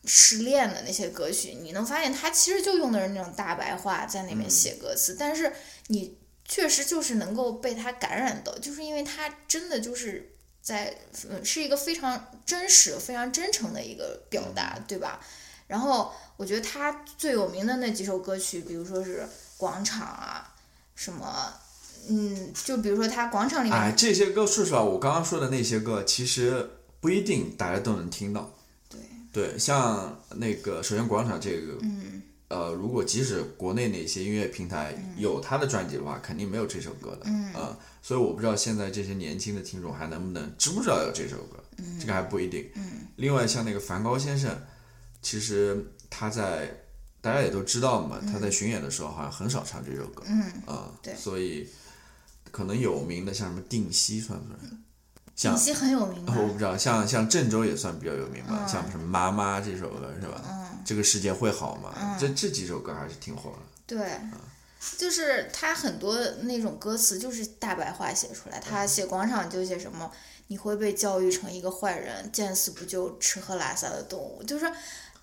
C: 失恋的那些歌曲，你能发现他其实就用的是那种大白话在那边写歌词，但是你确实就是能够被他感染到，就是因为他真的就是。在，嗯，是一个非常真实、非常真诚的一个表达，对吧？然后我觉得他最有名的那几首歌曲，比如说是《广场》啊，什么，嗯，就比如说他《广场》里面，
B: 哎，这些歌，说实话，我刚刚说的那些歌，其实不一定大家都能听到。
C: 对，
B: 对，像那个，首先广场这个，
C: 嗯
B: 呃，如果即使国内那些音乐平台有他的专辑的话，肯定没有这首歌的。嗯、所以我不知道现在这些年轻的听众还能不能知不知道有这首歌，这个还不一定。
C: 嗯
B: 另外，像那个梵高先生，其实他在大家也都知道嘛，他在巡演的时候好像很少唱这首歌。
C: 嗯，
B: 啊、
C: 对
B: 所以可能有名的像什么定西算不算？像
C: 林夕很有名吧？
B: (laughs) 我不知道，像像郑州也算比较有名吧，
C: 嗯
B: 像什么妈妈这首歌是吧？这个世界会好吗？
C: 嗯
B: 这这几首歌还是挺火的。
C: 对，就是他很多那种歌词就是大白话写出来，他写广场就写什么你会被教育成一个坏人，见死不救、吃喝拉撒的动物。就是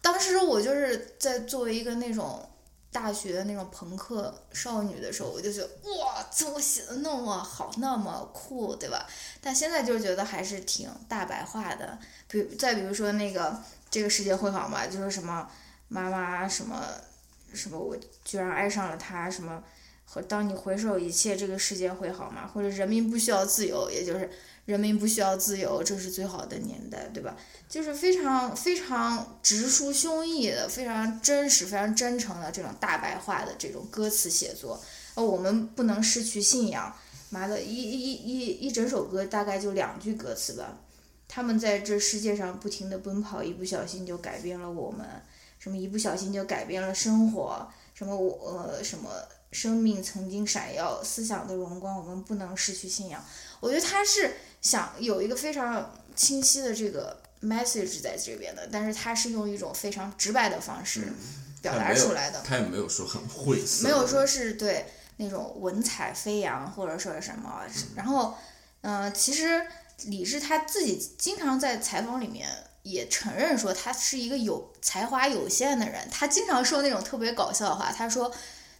C: 当时我就是在作为一个那种大学那种朋克少女的时候，我就觉得哇，怎么写的那么好，那么酷，对吧？但现在就觉得还是挺大白话的。比再比如说那个这个世界会好吗？就是什么妈妈什么什么我居然爱上了他什么。和当你回首一切，这个世界会好吗？或者人民不需要自由，也就是人民不需要自由，这是最好的年代，对吧？就是非常非常直抒胸臆的、非常真实、非常真诚的这种大白话的这种歌词写作。呃，我们不能失去信仰。妈的，一一一一整首歌大概就两句歌词吧。他们在这世界上不停地奔跑，一不小心就改变了我们。什么一不小心就改变了生活，什么我呃什么生命曾经闪耀，思想的荣光，我们不能失去信仰。我觉得他是想有一个非常清晰的这个 message 在这边的，但是他是用一种非常直白的方式表达出来的，
B: 他也没有说很晦涩，
C: 嗯没有说是对那种文采飞扬或者说是什么。然后，嗯、其实李志他自己经常在采访里面也承认说他是一个有才华有限的人，他经常说那种特别搞笑的话，他说。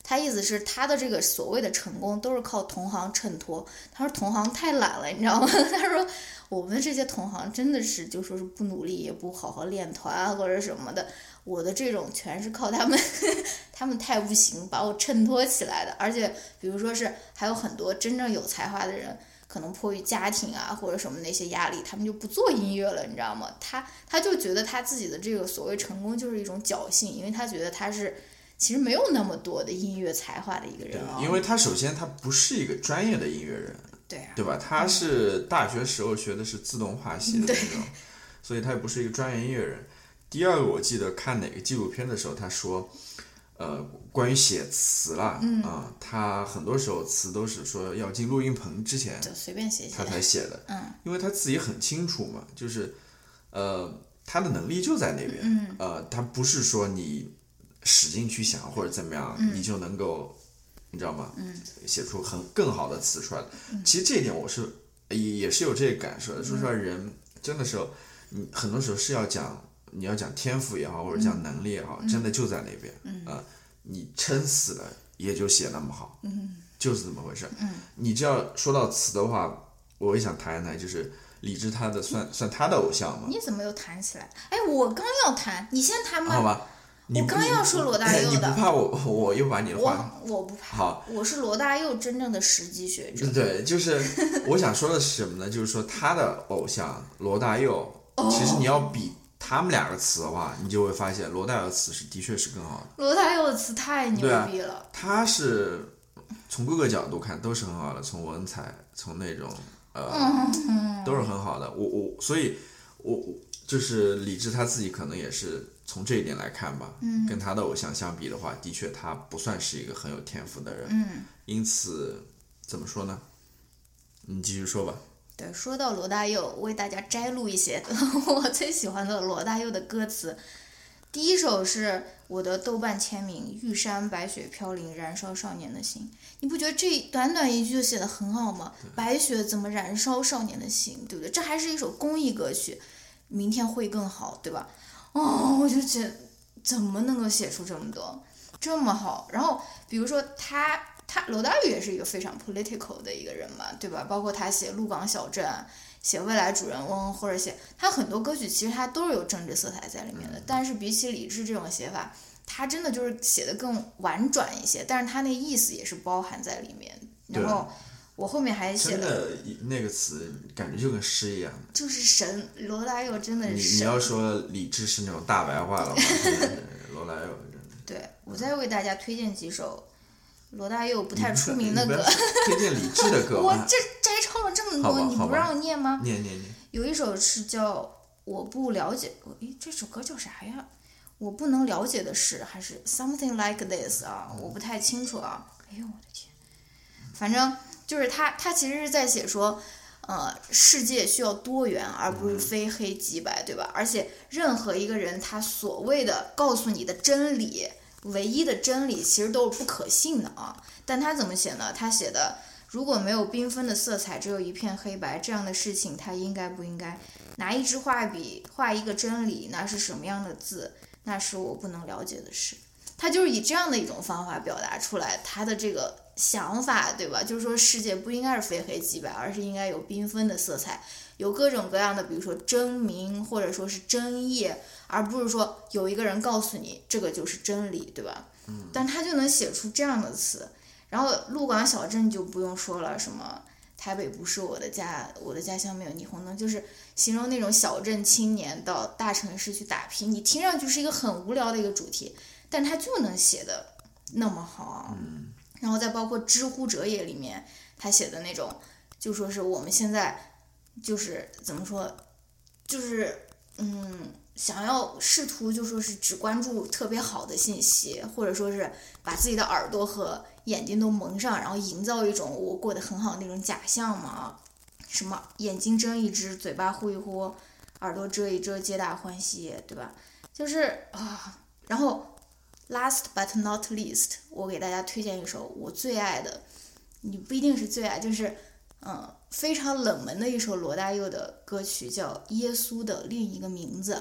C: 他意思是，他的这个所谓的成功都是靠同行衬托。他说同行太懒了，你知道吗？他说 (laughs) 我们这些同行真的是就说是不努力，也不好好练团啊或者什么的。我的这种全是靠他们， (laughs) 他们太不行，把我衬托起来的。而且比如说是还有很多真正有才华的人，可能迫于家庭啊或者什么那些压力，他们就不做音乐了，你知道吗？他他就觉得他自己的这个所谓成功就是一种侥幸，因为他觉得他是。其实没有那么多的音乐才华的一个人啊、哦，
B: 因为他首先他不是一个专业的音乐人，
C: 对啊，
B: 对吧？他是大学时候学的是自动化系的那种，所以他也不是一个专业音乐人。第二个，我记得看哪个纪录片的时候，他说，呃，关于写词啦，啊、
C: 嗯
B: 呃，他很多时候词都是说要进录音棚之前
C: 就随便写写，
B: 他才写的，
C: 嗯，
B: 因为他自己很清楚嘛，就是呃，他的能力就在那边，
C: 嗯，
B: 呃，他不是说你。使劲去想或者怎么样，你就能够，你知道吗？
C: 嗯，
B: 写出很更好的词出来。其实这一点我是也也是有这个感受的。说实话，
C: 嗯
B: 人真的时候，你很多时候是要讲，你要讲天赋也好，或者讲能力也好，真的就在那边。
C: 嗯
B: 啊，你撑死了也就写那么好，
C: 嗯
B: 就是这么回事。
C: 嗯，
B: 你只要说到词的话，我也想谈一谈，就是李志他的算算他的偶像嘛，
C: 你怎么又弹起来？哎，我刚要弹，你先弹吧。
B: 好吧？你
C: 我刚要说罗大佑
B: (laughs) 你不
C: 的
B: 怕我我又把你的话
C: 我我不怕，
B: 好。
C: 我是罗大佑真正的实际学者。
B: 嗯对，就是我想说的是什么呢？就是说他的偶像罗大佑，其实你要比他们两个词的话，你就会发现罗大佑的词是的确是更好的。
C: 罗大佑的词太牛逼了，
B: 他是从各个角度看都是很好的，从文采，从那种呃、都是很好的。我我所以我，我就是李志他自己可能也是从这一点来看吧，跟他的偶像相比的话，的确他不算是一个很有天赋的人。
C: 嗯，
B: 因此怎么说呢？你继续说吧。
C: 对，说到罗大佑，为大家摘录一些 (laughs) 我最喜欢的罗大佑的歌词。第一首是我的豆瓣签名《玉山白雪飘零，燃烧少年的心》。你不觉得这短短一句就写的很好吗？白雪怎么燃烧少年的心，对不对？这还是一首公益歌曲，明天会更好，对吧？哦， (laughs) 我就觉得怎么能够写出这么多，这么好？然后比如说他，他罗大佑也是一个非常 political 的一个人嘛，对吧？包括他写《鹿港小镇》啊，写《未来主人翁》，或者写他很多歌曲，其实他都是有政治色彩在里面
B: 嗯
C: 的。但是比起李志这种写法，他真的就是写的更婉转一些，但是他那意思也是包含在里面。然后我后面还写
B: 真
C: 了，
B: 的那个词感觉就跟诗一样。
C: 就是神罗大佑真的是
B: 你
C: 神。
B: 你要说理智是那种大白话的话， (laughs) 罗莱佑真的
C: 对我再为大家推荐几首罗大佑不太出名
B: 你
C: 的
B: 不要
C: 歌。
B: 推荐理智的歌
C: (laughs) 我
B: 吧。
C: 这摘抄了这么
B: 啊好吧
C: 多，你
B: 好
C: 不
B: 吧
C: 让我念吗？
B: 念念念，
C: 有一首是叫《我不了解》，我诶，这首歌叫啥呀？我不能了解的事，还是 something like this 啊？我不太清楚啊。哎呦我的天，反正就是他，他其实是在写说，呃，世界需要多元，而不是非黑即白，对吧？而且任何一个人他所谓的告诉你的真理，唯一的真理其实都是不可信的啊。但他怎么写呢？他写的如果没有缤纷的色彩，只有一片黑白，这样的事情它应该不应该？拿一支画笔画一个真理，那是什么样的字？那是我不能了解的事。他就是以这样的一种方法表达出来他的这个想法，对吧？就是说世界不应该是非黑即白，而是应该有缤纷的色彩，有各种各样的，比如说真名或者说是真意，而不是说有一个人告诉你这个就是真理，对吧？嗯，但他就能写出这样的词，然后鹿港小镇就不用说了，什么台北不是我的家，我的家乡没有霓虹灯，就是形容那种小镇青年到大城市去打拼。你听上去是一个很无聊的一个主题，但他就能写的那么好啊。然后再包括《知乎者也》里面他写的那种，就说是我们现在就是怎么说，就是嗯。想要试图就说是只关注特别好的信息，或者说是把自己的耳朵和眼睛都蒙上，然后营造一种我过得很好的那种假象嘛啊，什么眼睛睁一只，嘴巴呼一呼，耳朵遮一遮，皆大欢喜，对吧？就是啊，然后 last but not least，我给大家推荐一首我最爱的，你不一定是最爱，就是嗯非常冷门的一首罗大佑的歌曲，叫《耶稣的另一个名字》。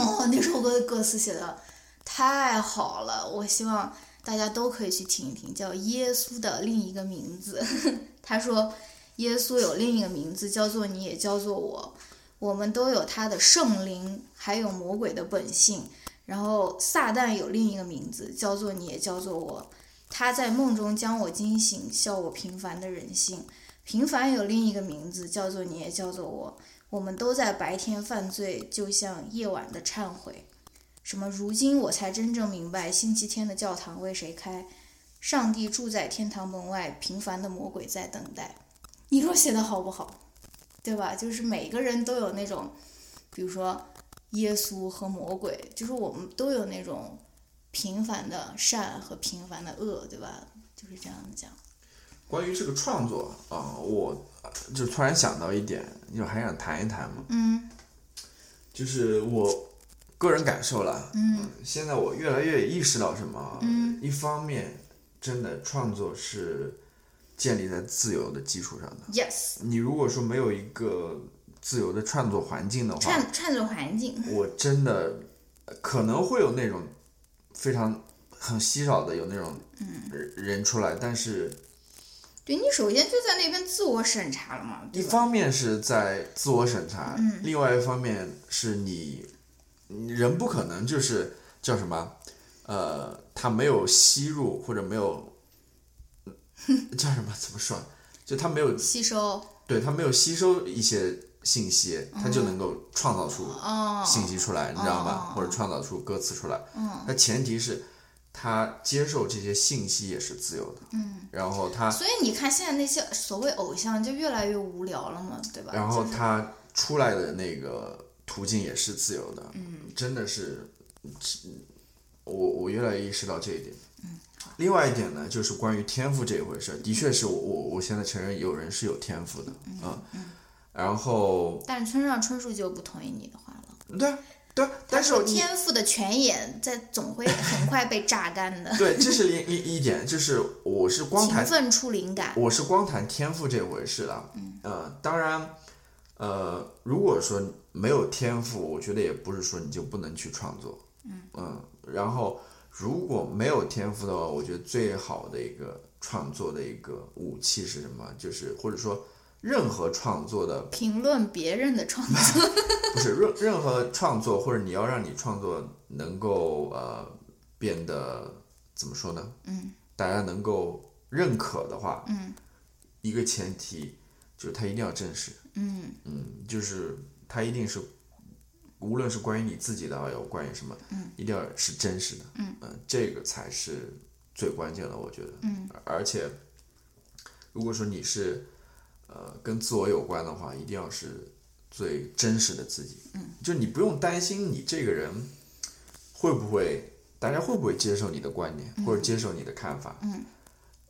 C: 哦，那首歌的歌词写的太好了，我希望 (laughs) 大家都可以去听一听，叫《耶稣的另一个名字》。他说：“耶稣有另一个名字叫做你也叫做我，我们都有他的圣灵，还有魔鬼的本性。然后撒旦有另一个名字叫做你也叫做我，他在梦中将我惊醒，笑我平凡的人性。平凡有另一个名字叫做你也叫做我，我们都在白天犯罪，就像夜晚的忏悔。什么？如今我才真正明白，星期天的教堂为谁开？上帝住在天堂门外，平凡的魔鬼在等待。你说写的好不好？对吧？就是每个人都有那种，比如说耶稣和魔鬼，就是我们都有那种平凡的善和平凡的恶，对吧？就是这样讲。
B: 关于这个创作啊、我就突然想到一点，就还想谈一谈嘛，
C: 嗯
B: 就是我个人感受啦。
C: 嗯
B: 现在我越来越意识到什么啊？
C: 嗯
B: 一方面，真的创作是建立在自由的基础上的。
C: (laughs) ，yes，
B: 你如果说没有一个自由的创作环境的话，
C: 串串着环境，
B: 我真的可能会有那种非常很稀少的有那种人人出来，但是
C: 对你首先就在那边自我审查了嘛，
B: 一
C: 对吧？
B: 方面是在自我审查，
C: 嗯
B: 另外一方面是你你人不可能就是叫什么，呃，他没有吸入或者没有叫什么怎么说，就他没有
C: 吸收
B: 对他没有吸收一些信息，他就能够创造出
C: 哦，
B: 信息出来，你知道吧？
C: 哦
B: 或者创造出歌词出来。
C: 嗯
B: 那前提是他接受这些信息也是自由的，
C: 嗯。
B: 然后他
C: 所以你看，现在那些所谓偶像就越来越无聊了嘛，对吧？
B: 然后
C: 就是
B: 他出来的那个途径也是自由的，
C: 嗯
B: 真的是，我我越来越意识到这一点。
C: 嗯
B: 另外一点呢，就是关于天赋这一回事儿，的确是我我我现在承认有人是有天赋的，嗯，然后
C: 但是村上春树就不同意你的话了。
B: 对啊对啊，但是
C: 他说
B: 你。
C: 天赋的泉眼在总会很快被榨干的
B: 对，这是一一一点，就是我是 (laughs) 光
C: 勤
B: 谈
C: 奋出灵感，
B: 我是光谈天赋这回事了。嗯，呃，当然，呃，如果说没有天赋，我觉得也不是说你就不能去创作。嗯然后如果没有天赋的话，我觉得最好的一个创作的一个武器是什么？就是或者说任何创作的
C: 评论别人的创作。 (laughs)
B: 不是任任何创作，或者你要让你创作能够呃变得怎么说呢？
C: 嗯，
B: 大家能够认可的话，
C: 嗯，
B: 一个前提就是它一定要真实，
C: 嗯
B: 嗯，就是它一定是，无论是关于你自己的，还有关于什么，嗯，一定要是真实的，嗯、这个才是最关键的，我觉得，
C: 嗯，
B: 而且如果说你是呃跟自我有关的话，一定要是最真实的自己，嗯，就你不用担心你这个人会不会。大家会不会接受你的观点，或者接受你的看法？
C: 嗯，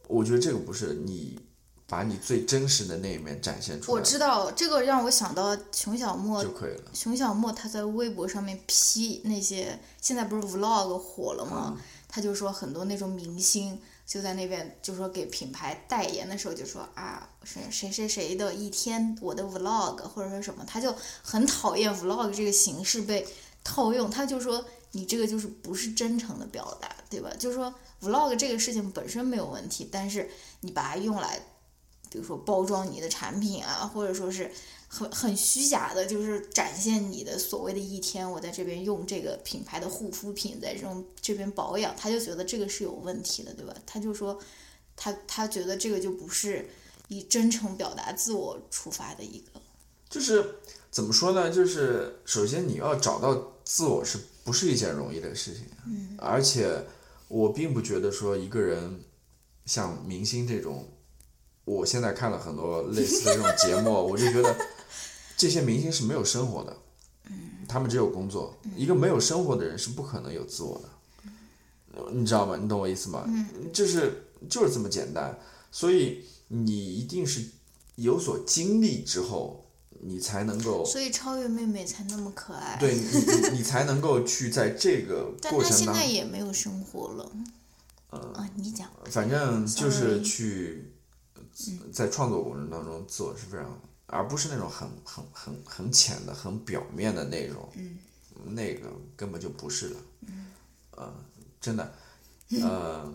B: 我觉得这个不是你把你最真实的那一面展现出来，
C: 我知道这个让我想到熊小莫
B: 就，可以了。
C: 熊小莫他在微博上面批那些现在不是 vlog 火了吗？他就说很多那种明星就在那边就说给品牌代言的时候就说啊谁谁谁谁的一天我的 vlog 或者说什么，他就很讨厌 vlog 这个形式被套用，他就说你这个就是不是真诚的表达，对吧？就是说 vlog 这个事情本身没有问题，但是你把它用来，比如说包装你的产品啊，或者说是很很虚假的，就是展现你的所谓的一天，我在这边用这个品牌的护肤品，在这种这边保养，他就觉得这个是有问题的，对吧？他就说他他觉得这个就不是以真诚表达自我出发的一个，
B: 就是怎么说呢？就是首先你要找到自我是不是一件容易的事情？嗯，而且我并不觉得说一个人像明星这种，我现在看了很多类似的这种节目，我就觉得这些明星是没有生活的，
C: 嗯
B: 他们只有工作。一个没有生活的人是不可能有自我的，呃
C: 嗯
B: 你知道吗？你懂我意思吗？就是就是这么简单，所以你一定是有所经历之后，你才能够
C: 所以超越妹妹才那么可爱。
B: 对你你你才能够去在这个
C: 但
B: 过
C: 她
B: 程
C: 现
B: 当
C: 在
B: 中，呃
C: 也没有生活了。啊，你讲。
B: 反正就是
C: ，sorry
B: 去在创作过程当中自我是非常，而不是那种很很很很浅的、很表面的那种，
C: 嗯
B: 那个根本就不是了，嗯，
C: (laughs)
B: 呃真的，呃，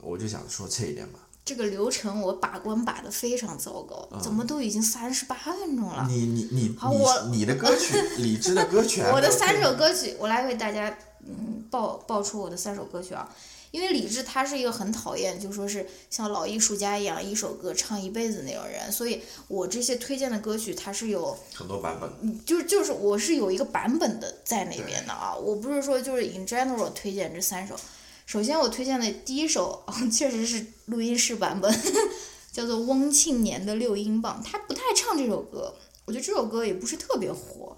B: 我就想说这一点吧。
C: 这个流程我把关把的非常糟糕，怎么都已经三十八分钟了？
B: 呃你你你
C: 好
B: 你
C: 我
B: 你的歌
C: (laughs)
B: 曲，李志的歌曲还没有
C: 我
B: 推
C: 的
B: 荐，
C: 三首歌曲，我来为大家嗯报报出我的三首歌曲啊。因为李志他是一个很讨厌，就说是像老艺术家一样一首歌唱一辈子那种人，所以我这些推荐的歌曲他是有
B: 很多版本，
C: 就就是我是有一个版本的在那边的啊，我不是说就是 in general 推荐这三首。首先我推荐的第一首 (laughs) 确实是录音室版本， (laughs) 叫做翁庆年的《六英镑》，他不太唱这首歌，我觉得这首歌也不是特别火。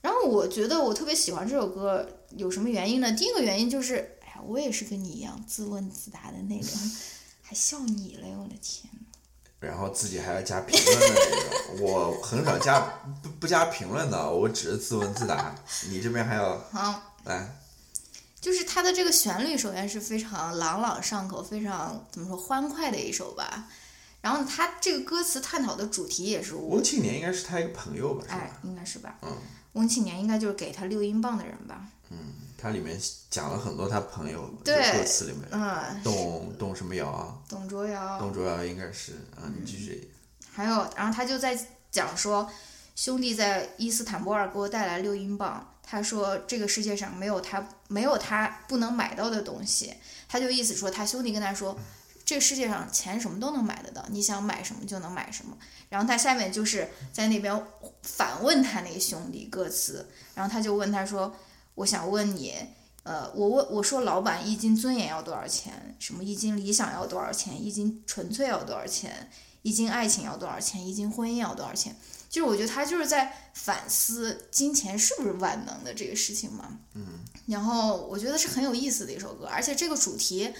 C: 然后我觉得我特别喜欢这首歌，有什么原因呢？第一个原因就是，哎呀，我也是跟你一样自问自答的那种， (laughs) 还笑你嘞，我的天！
B: 然后自己还要加评论的那种，我很少加不不加评论的，我只是自问自答。你这边还要
C: 好，
B: 来，
C: 就是它的这个旋律，首先是非常朗朗上口，非常怎么说欢快的一首吧。然后它这个歌词探讨的主题也是我，
B: 翁庆年应该是他一个朋友吧，是
C: 哎
B: 吧？，
C: 应该是吧？
B: 嗯
C: 翁庆年应该就是给他六英镑的人吧？
B: 他里面讲了很多他朋友，就
C: 对
B: 歌词里面，
C: 嗯，哦
B: 董董什么尧啊，
C: 董卓瑶，
B: 董卓尧应该是啊，你继续。
C: 还有，然后他就在讲说，兄弟在伊斯坦布尔给我带来六英镑。他说这个世界上没有他没有他不能买到的东西。他就意思说，他兄弟跟他说，这世界上钱什么都能买得到，你想买什么就能买什么。然后他下面就是在那边反问他那个兄弟歌词，然后他就问他说，我想问你。呃，我问我说，老板，一斤尊严要多少钱？什么一斤理想要多少钱？一斤纯粹要多少钱？一斤爱情要多少钱，一斤婚姻要多少钱。就是我觉得他就是在反思金钱是不是万能的这个事情嘛。嗯。然后我觉得是很有意思的一首歌，而且这个主题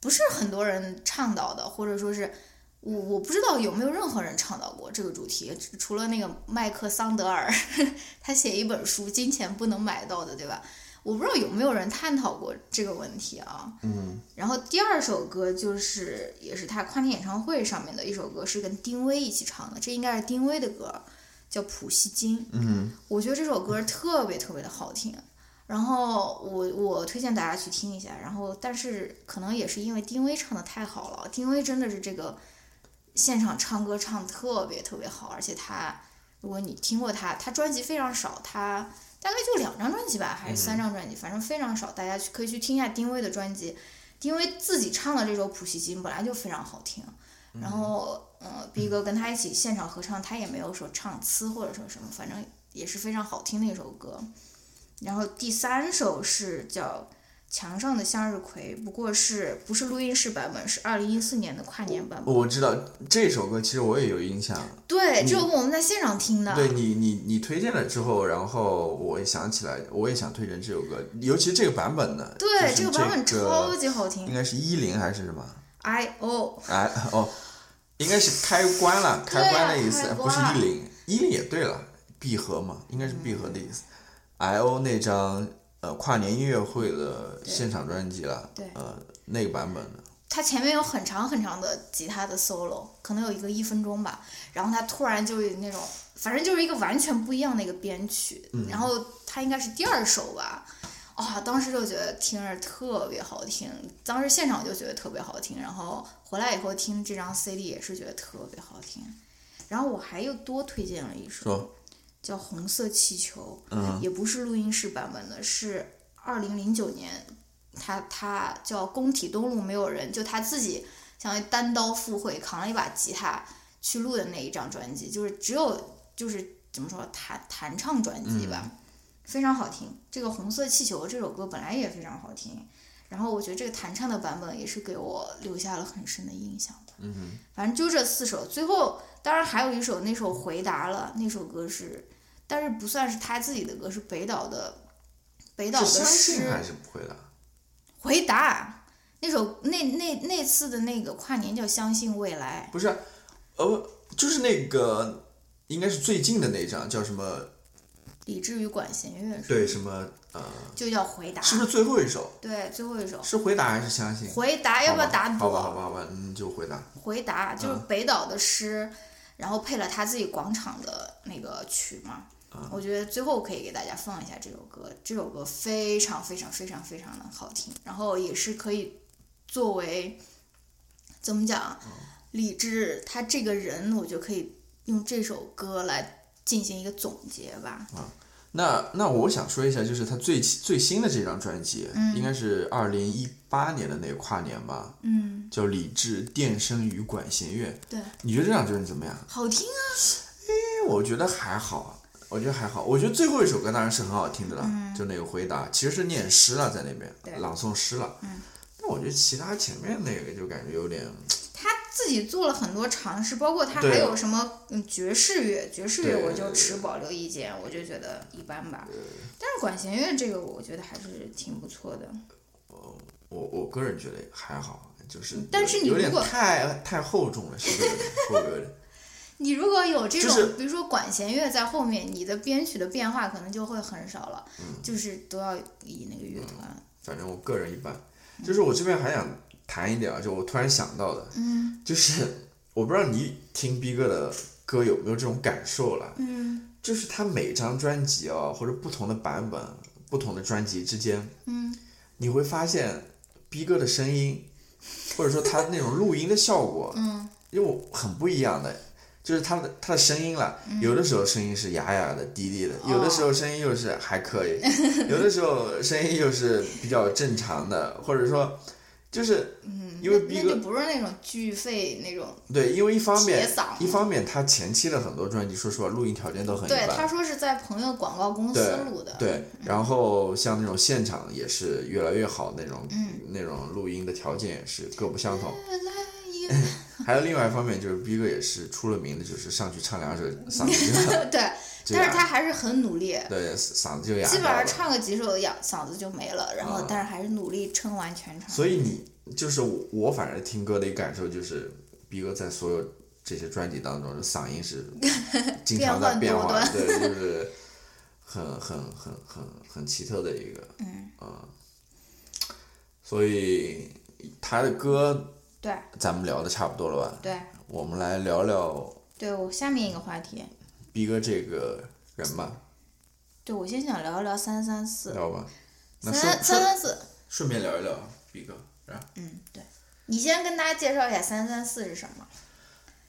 C: 不是很多人倡导的，或者说是我我不知道有没有任何人倡导过这个主题，只除了那个麦克桑德尔， (laughs) 他写一本书《金钱不能买到的》，对吧？我不知道有没有人探讨过这个问题啊。然后第二首歌就是也是他跨年演唱会上面的一首歌，是跟丁薇一起唱的，这应该是丁薇的歌，叫《普希金》。
B: 嗯，
C: 我觉得这首歌特别特别的好听，然后我我推荐大家去听一下。然后，但是可能也是因为丁薇唱的太好了，丁薇真的是这个现场唱歌唱得特别特别好，而且她，如果你听过她，她专辑非常少，她大概就两张专辑吧，还是三张专辑，反正非常少。大家去可以去听一下丁薇的专辑，丁薇自己唱的这首《普希金》本来就非常好听。然后，呃，逼哥跟他一起现场合唱，他也没有说唱呲或者说什么，反正也是非常好听的一首歌。然后第三首是叫《墙上的向日葵》，不过是不是录音室版本，是二零一四年的跨年版本。
B: 我知道这首歌，其实我也有印象。
C: 对，
B: 你
C: 这首歌我们在现场听的。
B: 嗯对你，你你推荐了之后，然后我也想起来，我也想推荐这首歌，尤其这个版本的。
C: 对
B: 就是这
C: 这个版本超
B: 个
C: 级好
B: 应
C: 听。
B: 该是一零还是什么？
C: I O，
B: 哎哦，应该是开关了，开关的意思，
C: 啊开关
B: 不是一零，一零也对了，闭合嘛，应该是闭合的意思。I O 那张呃跨年音乐会的现场专辑了，
C: 对
B: 呃那个版本的，
C: 它前面有很长很长的吉他的 solo，可能有一个一分钟吧。然后它突然就有那种，反正就是一个完全不一样的一个编曲。
B: 嗯
C: 然后它应该是第二首吧。啊、当时就觉得听着特别好听，当时现场就觉得特别好听，然后回来以后听这张 CD 也是觉得特别好听。然后我还又多推荐了一首
B: 说，
C: 叫《红色气球》，
B: 嗯
C: 也不是录音室版本的，是二零零九年，他他叫工体东路没有人，就他自己相当于单刀赴会，扛了一把吉他去录的那一张专辑，就是只有就是怎么说弹弹唱专辑吧，
B: 嗯
C: 非常好听。这个《红色气球》这首歌本来也非常好听，然后我觉得这个弹唱的版本也是给我留下了很深的印象吧。
B: 嗯哼。
C: 反正就这四首，最后当然还有一首，那首回答了，那首歌是，但是不算是他自己的歌，是北岛的，北岛
B: 是
C: 的
B: 相信还
C: 诗
B: 是不会的？
C: 回答那首那那那次的那个跨年叫相信未来，
B: 不是，呃，就是那个应该是最近的那张叫什么？
C: 理智与管弦乐是吧
B: 对，什么呃，
C: 就叫回答，
B: 是不是最后一首？
C: 对，最后一首
B: 是回答还是相信？
C: 回答，要不要
B: 好吧
C: 打赌？
B: 好吧，好吧，好吧，嗯，就回答。
C: 回答就是北岛的诗，然后配了他自己广场的那个曲嘛。我觉得最后可以给大家放一下这首歌，这首歌非常非常非常非常的好听，然后也是可以作为怎么讲，啊李志他这个人，我觉得可以用这首歌来进行一个总结吧。
B: 那那我想说一下，就是他最最新的这张专辑，应该是二零一八年的那个跨年吧，
C: 嗯，
B: 叫《李志电声与管弦乐》。
C: 对，
B: 你觉得这张专辑怎么样？
C: 好听啊，
B: 哎我觉得还好，我觉得还好。我觉得最后一首歌当然是很好听的了，就那个回答，其实是念诗了，在那
C: 嗯对嗯
B: 边朗诵诗了。但我觉得其他前面那个就感觉有点，
C: 他自己做了很多尝试，包括他还
B: 对
C: 有什么嗯爵士乐，爵士乐
B: 对
C: 我就持保留意见，我就觉得一般吧。但是管弦乐这个，我觉得还是挺不错的。
B: 我我个人觉得还好，就是
C: 但是你
B: 有点
C: 如果
B: 太太厚重了，
C: (laughs)
B: 是不是？会不会有点？
C: 你如果有这种，
B: 就是
C: 比如说管弦乐在后面，你的编曲的变化可能就会很少了，
B: 嗯
C: 就是都要以那个乐团。
B: 反正我个人一般。就是我这边还想谈一点啊，就我突然想到的，
C: 嗯
B: 就是我不知道你听逼哥的歌有没有这种感受了，
C: 嗯
B: 就是他每张专辑啊，或者不同的版本、不同的专辑之间，
C: 嗯，
B: 你会发现逼哥的声音，或者说他那种录音的效果，
C: (laughs) 嗯，
B: 又很不一样的。就是他的他的声音了，
C: 嗯
B: 有的时候声音是哑哑的、低低的，有的时候声音又是还可以，
C: 哦
B: 有的时候声音又是比较正常的，或者说，就是因为
C: 嗯那
B: 逼
C: 那
B: 哥
C: 就不是那种巨费那种。
B: 对，因为一方面
C: 解嗓
B: 一方面他前期的很多专辑，说实话录音条件都很一
C: 对，他
B: 般，
C: 说是在朋友广告公司
B: 对
C: 录的。嗯
B: 对，然后像那种现场也是越来越好那种，
C: 嗯
B: 那种录音的条件也是各不相同。
C: 来来一个
B: (laughs) 还有另外一方面就是逼哥也是出了名的，就是上去唱两首嗓子就
C: 对，
B: 就
C: (laughs) 但是他
B: 哑，
C: 还是很努力，
B: 对嗓子就哑
C: 基本
B: 掉
C: 上
B: 了
C: 唱个几首哑嗓子就没了，然后
B: 啊
C: 但是还是努力撑完全场。
B: 所以你就是我，我反正听歌的一感受就是，逼哥在所有这些专辑当中，嗓音
C: (laughs)
B: 是经常在变
C: 变
B: 化
C: 幻多
B: 的，对，就是很很很很很奇特的一个，嗯所以他的歌
C: 对
B: 咱们聊的差不多了吧？
C: 对
B: 我们来聊聊
C: 对，我下面一个话题，
B: 逼哥这个人吧，
C: 对我先想聊一聊三三四，
B: 聊吧，哦那
C: 三
B: 顺
C: 三
B: 顺
C: 三四，
B: 顺便聊一聊逼哥，然后。
C: 嗯对，你先跟大家介绍一下三三四是什么？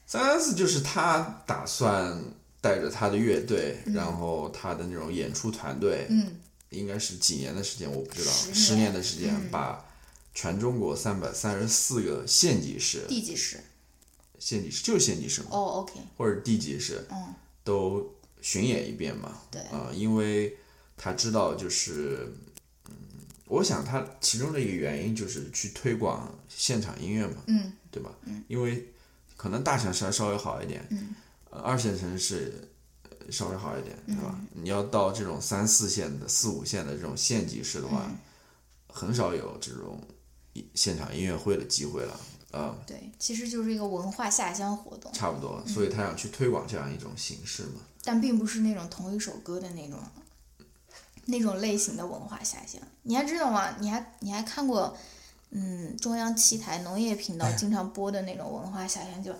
B: 三三四就是他打算带着他的乐队，然后他的那种演出团队，
C: 嗯
B: 应该是几年的时间，我不知道，
C: 十年嗯
B: 十年的时间、把全中国三百三十四个县级市、
C: 地级市。
B: 县级市就是县级市嘛，
C: 哦，OK，
B: 或者地级市
C: 嗯
B: 都巡演一遍嘛。
C: 对
B: 啊、因为他知道就是。嗯，我想他其中的一个原因就是去推广现场音乐嘛，
C: 嗯嗯
B: 对吧？因为可能大城市还稍微好一点，呃二线城市呃稍微好一点，对
C: 嗯
B: 吧？你要到这种三四线的、四五线的这种县级市的话，
C: 嗯
B: 很少有这种一现场音乐会的机会了，啊、
C: 对，其实就是一个文化下乡活动，
B: 差不多。所
C: 嗯
B: 以他想去推广这样一种形式嘛。
C: 但并不是那种同一首歌的那种那种类型的文化下乡。你还知道吗？你还你还看过，嗯，中央七台农业频
B: 哎
C: 道经常播的那种文化下乡，就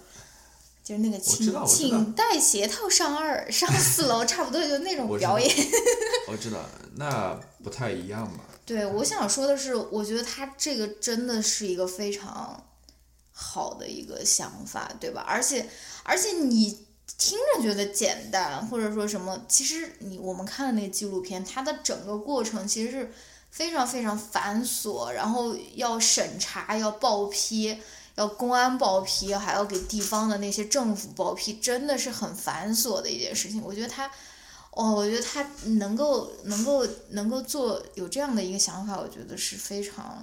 C: 就是那个
B: 知
C: 请
B: 道我知道
C: 请带鞋套上二上四楼，差不多就那种
B: 我知道
C: 表演。 (laughs)
B: 我哦知道，那不太一样嘛。
C: 对，我想说的是，我觉得他这个真的是一个非常好的一个想法，对吧？而且，而且你听着觉得简单，或者说什么，其实你我们看的那个纪录片，它的整个过程其实是非常非常繁琐，然后要审查，要报批，要公安报批，还要给地方的那些政府报批，真的是很繁琐的一件事情。我觉得他。哦，我觉得他能够能够能够做有这样的一个想法，我觉得是非常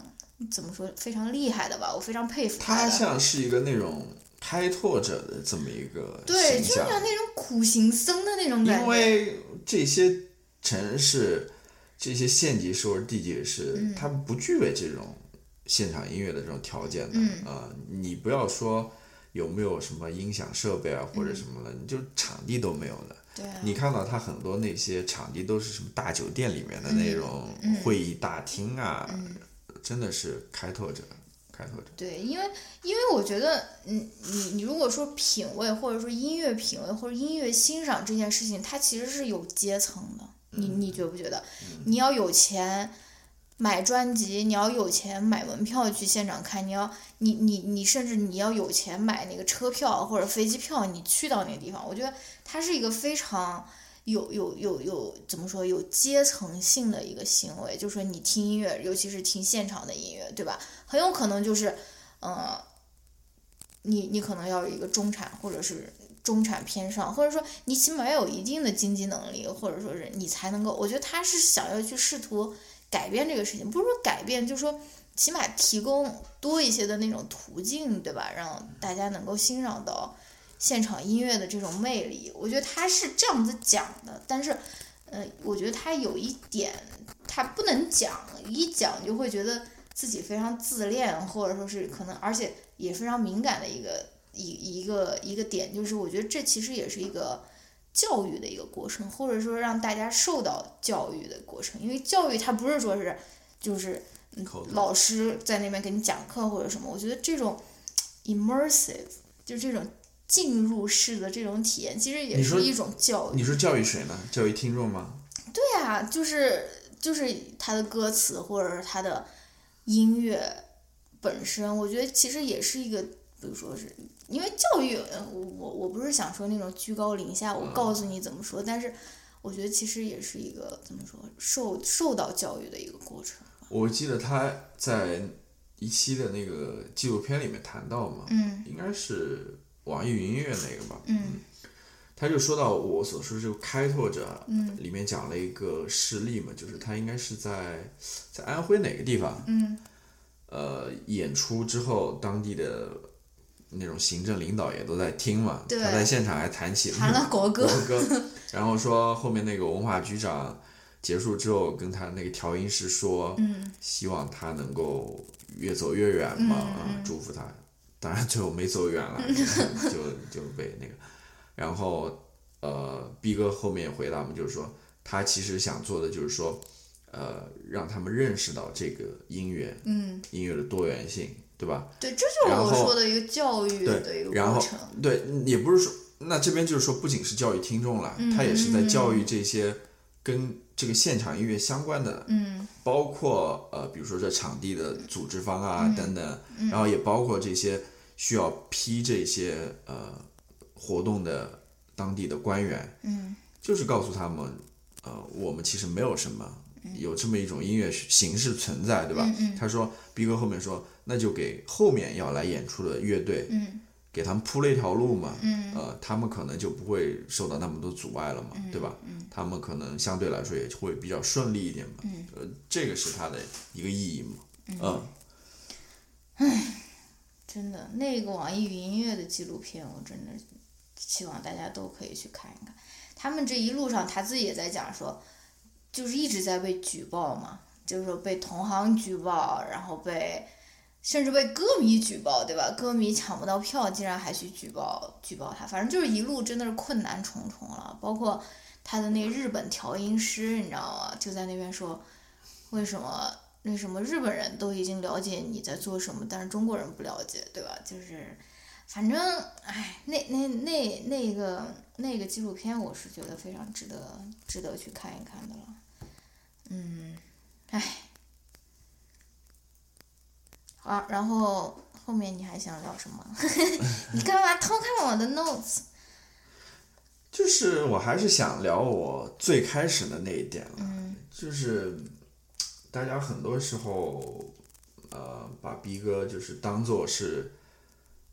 C: 怎么说非常厉害的吧，我非常佩服
B: 他
C: 的。
B: 像是一个那种开拓者的这么一个
C: 对，
B: 形
C: 就是
B: 象，
C: 那种苦行僧的那种感觉。
B: 因为这些城市、这些县级市或者地级市，
C: 嗯
B: 他们不具备这种现场音乐的这种条件的。
C: 嗯
B: 呃，你不要说有没有什么音响设备啊或者什么的，你就场地都没有的。
C: 嗯对啊，
B: 你看到他很多那些场地都是什么大酒店里
C: 嗯
B: 面的那种会议大厅啊，真的是开拓者，开拓者。
C: 对，因为因为我觉得，嗯，你你如果说品味，或者说音乐品味，或者音乐欣赏这件事情，它其实是有阶层的。你你觉不觉得？你要有钱，买专辑，你要有钱买门票去现场看，你要你你你甚至你要有钱买那个车票或者飞机票，你去到那个地方，我觉得它是一个非常有有有有怎么说有阶层性的一个行为，就是说你听音乐，尤其是听现场的音乐，对吧？很有可能就是，呃，你你可能要有一个中产或者是中产偏上，或者说你起码要有一定的经济能力，或者说是你才能够，我觉得他是想要去试图改变这个事情，不是说改变，就是说起码提供多一些的那种途径，对吧？让大家能够欣赏到现场音乐的这种魅力，我觉得他是这样子讲的，但是。呃，我觉得他有一点，他不能讲，一讲就会觉得自己非常自恋，或者说是可能，而且也非常敏感的一个一一个一个点，就是我觉得这其实也是一个教育的一个过程，或者说让大家受到教育的过程，因为教育它不是说是就是
B: 口头
C: 嗯老师在那边给你讲课或者什么，我觉得这种 immersive 就这种进入式的这种体验，其实也
B: 你说
C: 是一种教育。
B: 你说教育谁呢？教育听众吗？
C: 对啊，就是就是他的歌词或者是他的音乐本身，我觉得其实也是一个，比如说是因为教育，呃我我我不是想说那种居高临下，我告诉你怎么说，但是我觉得其实也是一个怎么说受受到教育的一个过程。
B: 我记得他在一期的那个纪录片里面谈到嘛，
C: 嗯
B: 应该是网易云音乐那个吧，
C: 嗯
B: 他就说到我所说这个开拓者，
C: 嗯，
B: 里面讲了一个事例嘛，就是他应该是在在安徽哪个地方，
C: 嗯
B: 呃，演出之后，当地的那种行政领导也都在听嘛，
C: 对
B: 他在现场还弹起
C: 弹了国歌
B: 国歌， (laughs) 然后说后面那个文化局长结束之后跟他那个调音师说，
C: 嗯，
B: 希望他能够越走越远嘛，啊、
C: 嗯
B: 祝福他。当然最后没走远
C: (laughs)
B: 了，就就被那个，然后呃逼哥后面也回答我们，就是说他其实想做的就是说，呃，让他们认识到这个音乐
C: 嗯，
B: 音乐的多元性，对吧？
C: 对，这就是
B: 然
C: 我
B: 后
C: 说的一个教育的一个
B: 然
C: 过
B: 后
C: 程。
B: 对，也不是说，那这边就是说，不仅是教育听众了，
C: 嗯
B: 他也是在教育这些跟这个现场音乐相关的，
C: 嗯
B: 包括呃，比如说这场地的组织方啊、
C: 嗯
B: 等等，然后也包括这些需要批这些呃活动的当地的官员，
C: 嗯
B: 就是告诉他们，呃，我们其实没有什么。
C: 嗯
B: 有这么一种音乐形式存在，对吧？他说，逼哥后面说，那就给后面要来演出的乐队，
C: 嗯
B: 给他们铺了一条路嘛，
C: 嗯
B: 呃，他们可能就不会受到那么多阻碍了嘛，对吧？
C: 嗯
B: 他们可能相对来说也会比较顺利一点嘛，呃，这个是它的一个意义嘛，嗯，
C: 真的，那个网易云音乐的纪录片，我真的希望大家都可以去看一看。他们这一路上，他自己也在讲说，就是一直在被举报嘛，就是说被同行举报，然后被甚至被歌迷举报，对吧？歌迷抢不到票，竟然还去举报举报他，反正就是一路真的是困难重重了。包括他的那日本调音师，你知道吗？就在那边说，为什么为什么日本人都已经了解你在做什么，但是中国人不了解，对吧？就是，反正哎，那那那那个那个纪录片，我是觉得非常值得值得去看一看的了。嗯，哎，好、啊，然后后面你还想聊什么？ (laughs) 你干嘛偷看我的 notes？
B: 就是我还是想聊我最开始的那一点了，
C: 嗯
B: 就是大家很多时候，呃，把逼哥就是当做是，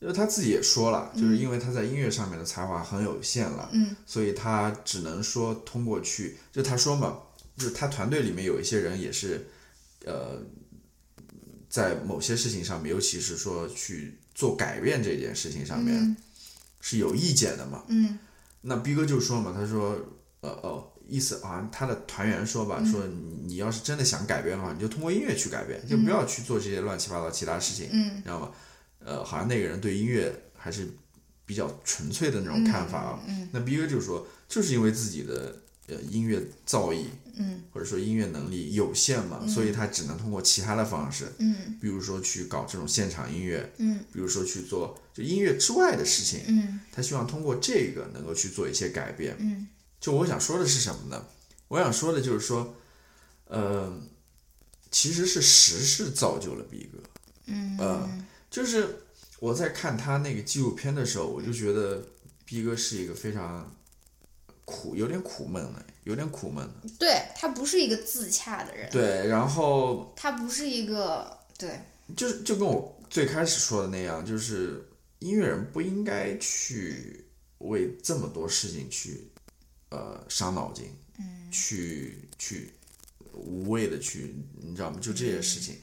B: 因为他自己也说了，就是因为他在音乐上面的才华很有限了，
C: 嗯
B: 所以他只能说通过去，就他说嘛，就是他团队里面有一些人也是，呃，在某些事情上面，尤其是说去做改变这件事情上面、
C: 嗯
B: 是有意见的嘛。
C: 嗯
B: 那逼哥就说嘛，他说，呃哦，意思好像他的团员说
C: 嗯
B: 吧，说你你要是真的想改变的话，你就通过音乐去改变，就不要去做这些乱七八糟其他事情，
C: 嗯
B: 你知道吗？呃，好像那个人对音乐还是比较纯粹的那种看法啊。
C: 嗯
B: 那 B 哥就说，就是因为自己的呃音乐造诣
C: 嗯
B: 或者说音乐能力有限嘛，所以他只能通过其他的方式，
C: 嗯
B: 比如说去搞这种现场音乐，
C: 嗯
B: 比如说去做就音乐之外的事情，
C: 嗯
B: 他希望通过这个能够去做一些改变。
C: 嗯
B: 就我想说的是什么呢？我想说的就是说，呃，其实是时事造就了逼格。
A: 嗯
B: 呃就是我在看他那个纪录片的时候，我就觉得逼哥是一个非常苦，有点苦闷的，有点苦闷的。
A: 对他不是一个自洽的人，
B: 对，然后
A: 他不是一个对，
B: 就是就跟我最开始说的那样，就是音乐人不应该去为这么多事情去呃伤脑筋，
A: 嗯
B: 去去无谓的去，你知道吗？就这些事情。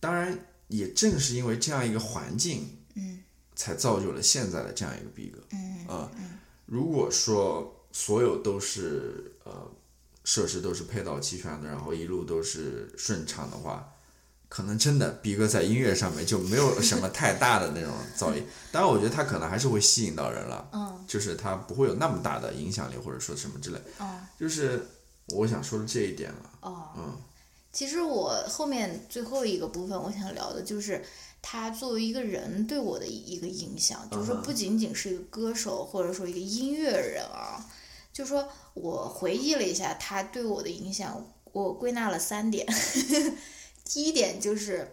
B: 当然，也正是因为这样一个环境，
A: 嗯，
B: 才造就了现在的这样一个逼格。
A: 嗯
B: 啊、如果说所有都是呃设施都是配套齐全的，然后一路都是顺畅的话，可能真的逼哥在音乐上面就没有什么太大的那种造诣。当然，我觉得他可能还是会吸引到人了，
A: 嗯
B: 就是他不会有那么大的影响力或者说什么之类。
A: 哦
B: 就是我想说的这一点了。
A: 哦。
B: 嗯，
C: 其实我后面最后一个部分，我想聊的就是他作为一个人对我的一个影响，就是说
B: 嗯哼
C: 不仅仅是一个歌手或者说一个音乐人啊，就是说我回忆了一下他对我的影响，我归纳了三点。 (laughs) 第一点就是，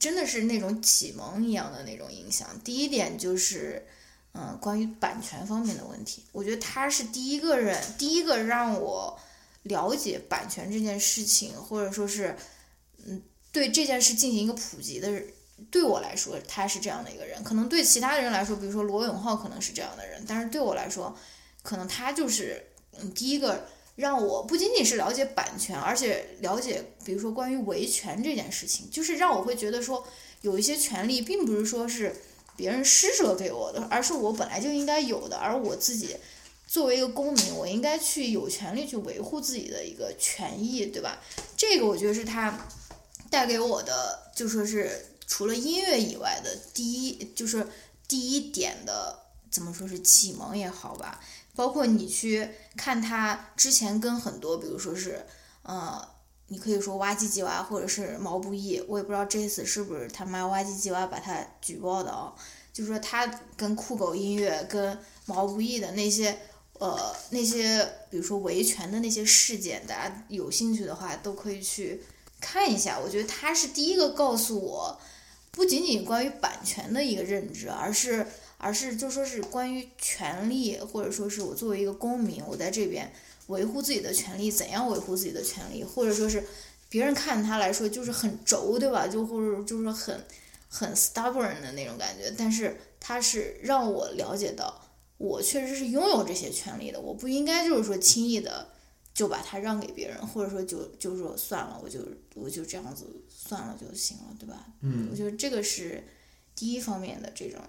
C: 真的是那种启蒙一样的那种影响。第一点就是，嗯，关于版权方面的问题，我觉得他是第一个人，第一个让我了解版权这件事情，或者说是，嗯，对这件事进行一个普及的人。对我来说，他是这样的一个人，可能对其他人来说，比如说罗永浩可能是这样的人，但是对我来说，可能他就是嗯第一个让我不仅仅是了解版权，而且了解比如说关于维权这件事情，就是让我会觉得说有一些权利并不是说是别人施舍给我的，而是我本来就应该有的，而我自己作为一个公民，我应该去有权利去维护自己的一个权益，对吧？这个我觉得是他带给我的，就说是除了音乐以外的第一，就是第一点的怎么说是启蒙也好吧，包括你去看他之前跟很多，比如说是呃。你可以说挖机吉娃，或者是毛不易，我也不知道这次是不是他妈挖机吉娃把他举报的啊、就说他跟酷狗音乐、跟毛不易的那些呃那些，比如说维权的那些事件，大家有兴趣的话都可以去看一下。我觉得他是第一个告诉我，不仅仅关于版权的一个认知，而是而是就说是关于权利，或者说是我作为一个公民，我在这边维护自己的权利，怎样维护自己的权利，或者说是别人看他来说就是很轴，对吧？就或者就是很很 stubborn 的那种感觉，但是他是让我了解到，我确实是拥有这些权利的，我不应该就是说轻易的就把它让给别人，或者说就就说算了，我就我就这样子算了就行了，对吧？
B: 嗯
C: 我觉得这个是第一方面的这种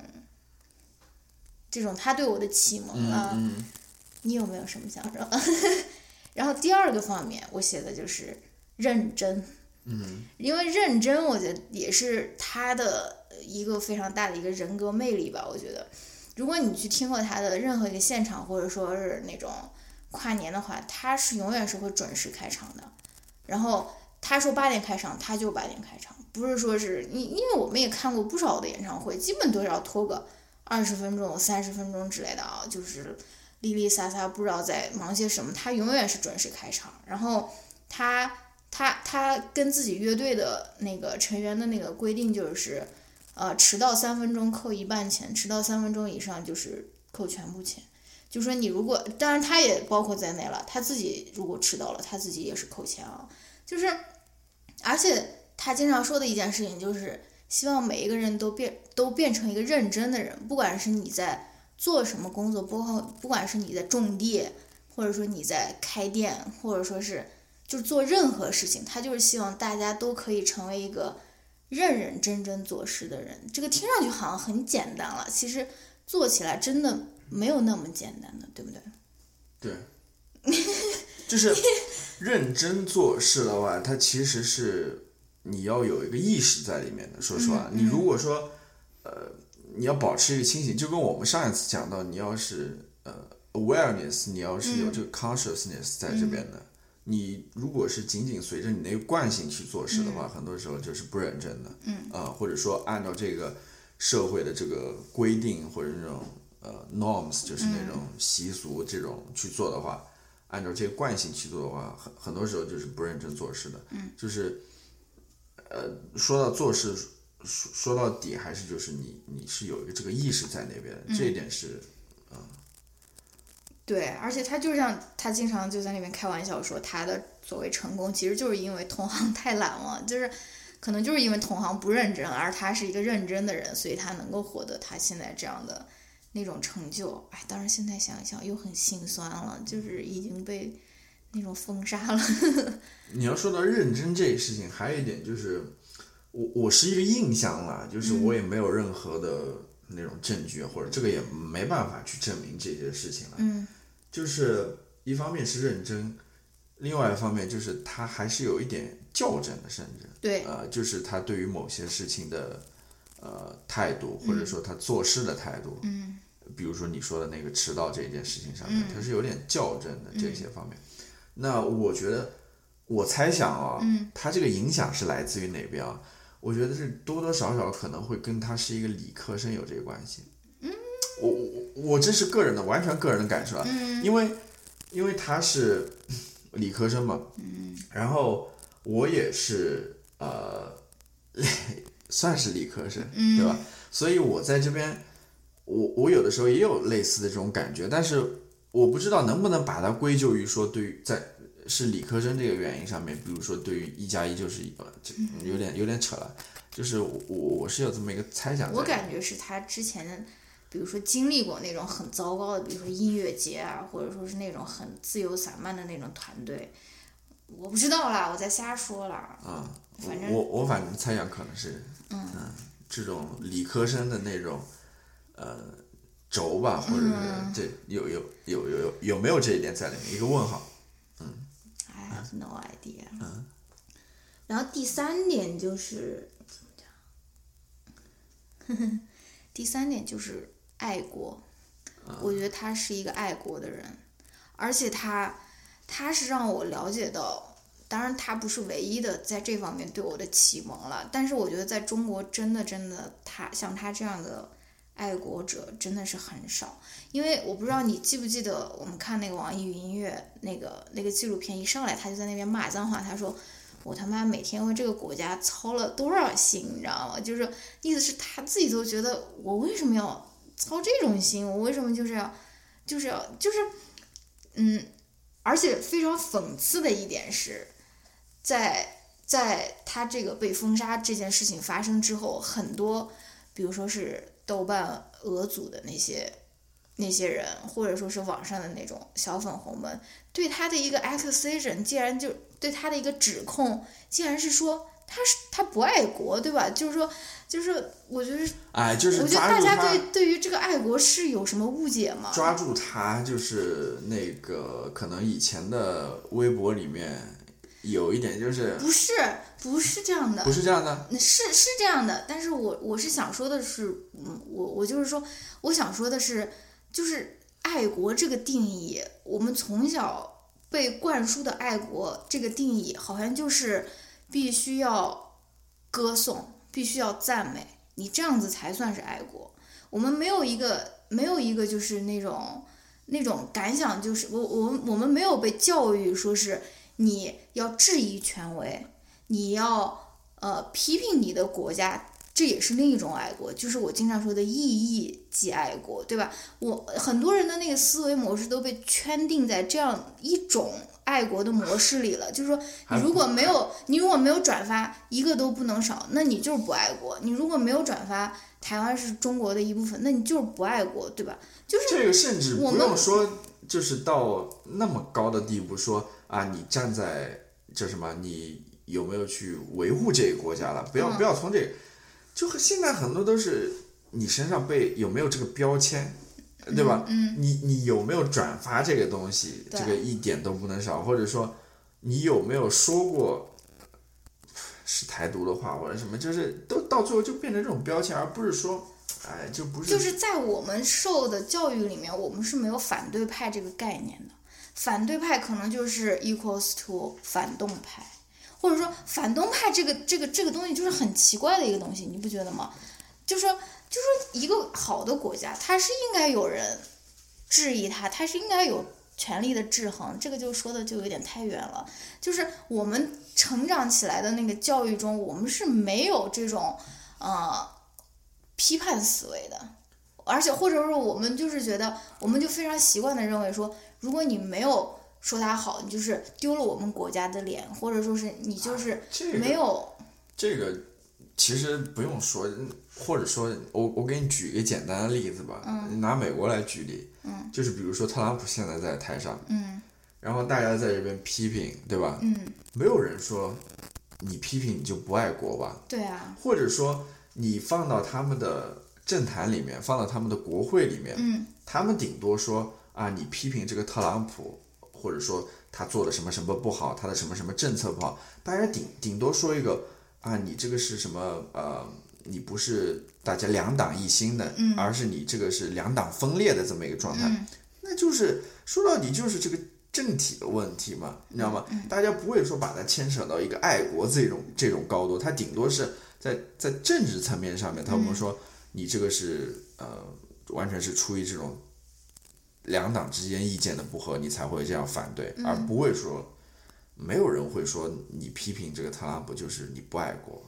C: 这种他对我的启蒙啊，
B: 嗯
C: 你有没有什么想说？ (laughs) 然后第二个方面，我写的就是认真。
B: 嗯
C: 因为认真，我觉得也是他的一个非常大的一个人格魅力吧。我觉得，如果你去听过他的任何一个现场，或者说是那种跨年的话，他是永远是会准时开场的。然后他说八点开场，他就八点开场，不是说是你，因为我们也看过不少的演唱会，基本都是要拖个二十分钟、三十分钟之类的啊，就是哩哩撒撒不知道在忙些什么，他永远是准时开场。然后他他他跟自己乐队的那个成员的那个规定就是，呃，迟到三分钟扣一半钱，迟到三分钟以上就是扣全部钱。就说你如果，当然他也包括在内了，他自己如果迟到了，他自己也是扣钱啊。就是，而且他经常说的一件事情就是，希望每一个人都变都变成一个认真的人，不管是你在做什么工作，包括不管是你在种地，或者说你在开店，或者说是就是做任何事情，他就是希望大家都可以成为一个认认真真做事的人。这个听上去好像很简单了，其实做起来真的没有那么简单的，对不对？
B: 对，就是认真做事的话，它其实是你要有一个意识在里面的。说实话，
A: 嗯
B: 你如果说呃，你要保持一个清醒，就跟我们上一次讲到，你要是呃 awareness，你要是有这个 consciousness 在这边的。你如果是仅仅随着你那个惯性去做事的话，很多时候就是不认真的，嗯，啊、或者说按照这个社会的这个规定或者那种呃 norms，就是那种习俗这种去做的话，按照这个惯性去做的话，很很多时候就是不认真做事的，嗯，就是呃，说到做事，说说到底还是就是你你是有一个这个意识在那边的，这一点是
C: 对，而且他就像他经常就在那边开玩笑说，他的所谓成功其实就是因为同行太懒了，就是可能就是因为同行不认真，而他是一个认真的人，所以他能够获得他现在这样的那种成就。哎，当然现在想一想又很心酸了，就是已经被那种封杀了。 (laughs)
B: 你要说到认真这个事情，还有一点就是，我我是一个印象啦，就是我也没有任何的那种证据，或者这个也没办法去证明这件事情了。
C: 嗯，
B: 就是一方面是认真，另外一方面就是他还是有一点较真的，甚至
C: 对，
B: 呃，就是他对于某些事情的呃态度，或者说他做事的态度，
C: 嗯，
B: 比如说你说的那个迟到这件事情上面，他是有点较真的
C: 嗯
B: 这些方面。那我觉得，我猜想啊，
C: 嗯
B: 他这个影响是来自于哪边啊？我觉得是多多少少可能会跟他是一个理科生有这个关系。
C: 嗯
B: 我我我这是个人的，完全个人的感受啊，
C: 嗯
B: 因为因为他是理科生嘛，然后我也是呃， (laughs) 算是理科生，对吧？所以我在这边，我我有的时候也有类似的这种感觉，但是我不知道能不能把它归咎于说对于在是理科生这个原因上面，比如说对于一加一就是一，呃这有点有点扯了，就是我我我是有这么一个猜想在里面，
C: 我感觉是他之前，比如说经历过那种很糟糕的，比如说音乐节啊，或者说是那种很自由散漫的那种团队，我不知道啦，我在瞎说啦。
B: 啊，
C: 反
B: 我
C: 正
B: 我我反正猜想可能是，嗯、这种理科生的那种，呃，轴吧，或者是
C: 嗯
B: 这有有有有有有没有这一点在里面？一个问号。
C: I have no idea。然后第三点就是 (laughs) 怎么讲？第三点就是爱国。我觉得他是一个爱国的人，而且他他是让我了解到，当然他不是唯一的在这方面对我的启蒙了，但是我觉得在中国真的真的他像他这样的爱国者真的是很少。因为我不知道你记不记得，我们看那个网易云音乐那个那个纪录片，一上来他就在那边骂脏话，他说我他妈每天为这个国家操了多少心，你知道吗？就是意思是他自己都觉得我为什么要操这种心，我为什么就是要就是要就是嗯，而且非常讽刺的一点是，在在他这个被封杀这件事情发生之后，很多比如说是豆瓣俄组的那些。那些人，或者说是网上的那种小粉红们，对他的一个 accusation，竟然就对他的一个指控，竟然是说他是他不爱国，对吧？就是说，就是我觉得，
B: 哎，就是
C: 我觉得
B: 抓
C: 大
B: 住
C: 家
B: 他，
C: 对对于这个爱国是有什么误解吗？
B: 抓住他，就是那个可能以前的微博里面有一点就是
C: 不是，不是这样的，
B: 不是这样的，
C: 那是是这样的，但是我我是想说的是，嗯，我我就是说，我想说的是，就是爱国这个定义，我们从小被灌输的爱国这个定义，好像就是必须要歌颂，必须要赞美，你这样子才算是爱国。我们没有一个没有一个就是那种那种感想，就是我我们我们没有被教育说是你要质疑权威，你要。呃批评你的国家，这也是另一种爱国，就是我经常说的意义即爱国，对吧？我很多人的那个思维模式都被圈定在这样一种爱国的模式里了，就是说你如果没有你如果没有转发一个都不能少，那你就是不爱国；你如果没有转发台湾是中国的一部分，那你就是不爱国，对吧？就是
B: 这个甚至
C: 我
B: 不
C: 们
B: 用说，就是到那么高的地步说啊，你站在这什么，你有没有去维护这个国家了？不要、
C: 嗯
B: 不要从这个，就和现在很多都是你身上被有没有这个标签。对吧？嗯，你你有没有转发这个东西？
C: 对
B: 这个一点都不能少，或者说你有没有说过是台独的话或者什么？就是都到最后就变成这种标签，而不是说，哎，就不是
C: 就是在我们受的教育里面，我们是没有反对派这个概念的。反对派可能就是 equals to 反动派，或者说反动派这个这个这个东西就是很奇怪的一个东西，你不觉得吗？就说就说一个好的国家，它是应该有人质疑它，它是应该有权力的制衡，这个就说的就有点太远了。就是我们成长起来的那个教育中，我们是没有这种呃批判思维的，而且或者说我们就是觉得，我们就非常习惯的认为说，如果你没有说他好，你就是丢了我们国家的脸，或者说是你就是
B: 这个
C: 没有
B: 这个其实不用说，或者说我我给你举一个简单的例子吧，拿美国来举例，就是比如说特朗普现在在台上，
C: 嗯
B: 然后大家在这边批评，对吧？
C: 嗯，
B: 没有人说你批评你就不爱国吧，
C: 对啊，
B: 或者说你放到他们的政坛里面，放到他们的国会里面，
C: 嗯
B: 他们顶多说啊，你批评这个特朗普，或者说他做的什么什么不好，他的什么什么政策不好，大家顶顶多说一个啊，你这个是什么呃，你不是大家两党一心的，而是你这个是两党分裂的这么一个状态，
C: 嗯
B: 那就是说到底就是这个。政体的问题嘛，你知道
C: 嗯
B: 吗？大家不会说把它牵扯到一个爱国这种这种高度，它顶多是在在政治层面上面，
C: 嗯
B: 他们说你这个是呃，完全是出于这种两党之间意见的不合，你才会这样反对，
C: 嗯
B: 而不会说没有人会说你批评这个特朗普就是你不爱国。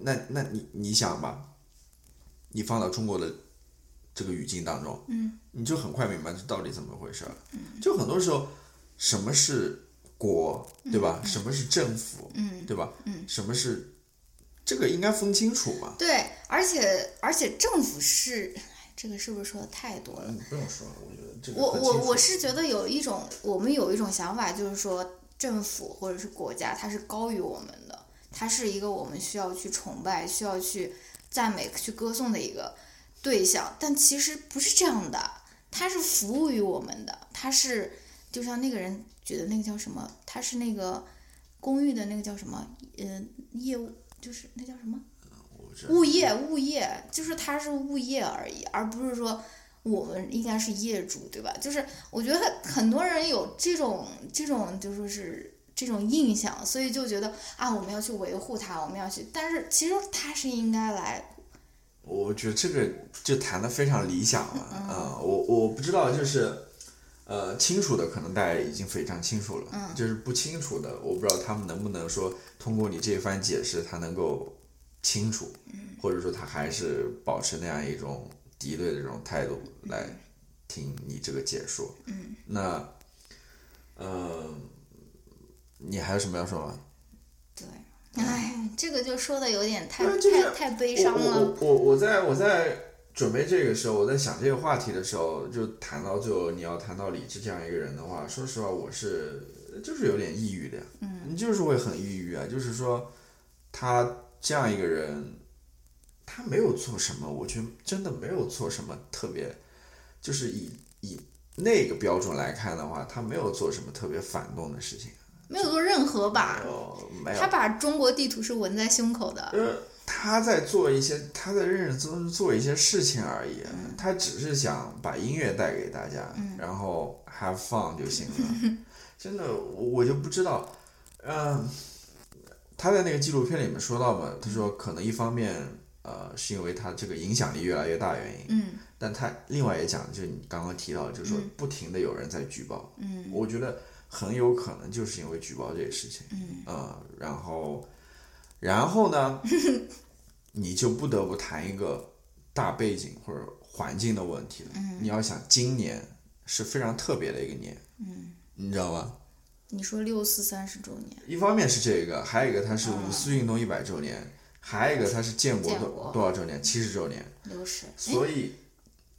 B: 那那你你想吧，你放到中国的这个语境当中，
C: 嗯，
B: 你就很快明白这到底怎么回事了。就很多时候，什么是国，对吧？什么是政府，
C: 嗯。
B: 对吧？
C: 嗯
B: 什么是这个应该分清楚嘛？
C: 对，而且而且政府是，哎这个是不是说的太多了？
B: 嗯，不用说了，我觉得这个
C: 我
B: 很
C: 我
B: 清楚
C: 我是觉得有一种，我们有一种想法，就是说政府或者是国家，它是高于我们的，它是一个我们需要去崇拜、需要去赞美、去歌颂的一个对象，但其实不是这样的，它是服务于我们的，它是就像那个人觉得那个叫什么，他是那个公寓的那个叫什么，呃，业务就是那叫什么？
B: 我不知道
C: 物业，物业就是它是物业而已，而不是说我们应该是业主，对吧？就是我觉得很很多人有这种这种就说是这种印象，所以就觉得啊，我们要去维护它，我们要去，但是其实它是应该来，
B: 我觉得这个就谈的非常理想了啊、我我不知道就是，呃，清楚的可能大家已经非常清楚了，就是不清楚的，我不知道他们能不能说通过你这番解释，他能够清楚，或者说他还是保持那样一种敌对的这种态度来听你这个解说。嗯，那，呃，你还有什么要说吗？
C: 对，哎，这个就说的有点太
B: 嗯不是就是
C: 太太悲伤了，
B: 我我我我在我在准备这个时候，我在想这个话题的时候，就谈到最后，你要谈到理智这样一个人的话，说实话，我是就是有点抑郁的呀。嗯，你就是会很抑郁啊，就是说他这样一个人，他没有做什么，我觉得真的没有做什么特别，就是以以那个标准来看的话，他没有做什么特别反动的事情。
C: 没有做任何吧，
B: 哦，没有
C: 他。把中国地图是纹在胸口的，
B: 呃，他在做一些，他在认认真真做一些事情而已，
C: 嗯
B: 他只是想把音乐带给大家，然后 have fun 就行
C: (laughs)
B: 了。真的，我我就不知道，嗯、他在那个纪录片里面说到嘛，他说可能一方面，呃，是因为他这个影响力越来越大原因，
C: 嗯
B: 但他另外也讲，就是你刚刚提到的，就是说不停的有人在举报，
C: 嗯，
B: 我觉得很有可能就是因为举报这个事情，
C: 嗯
B: 啊、然后，然后呢，你就不得不谈一个大背景或者环境的问题了，你要想今年是非常特别的一个年，
C: 嗯，
B: 你知道吗？
C: 你说六四三十周年，嗯
B: 一方面是这个，还有一个它是五四运动一百周年，还有一个它是建国
C: 建
B: 多
C: 国
B: 多少周年？七十周年。
C: 六十，嗯哎
B: 所以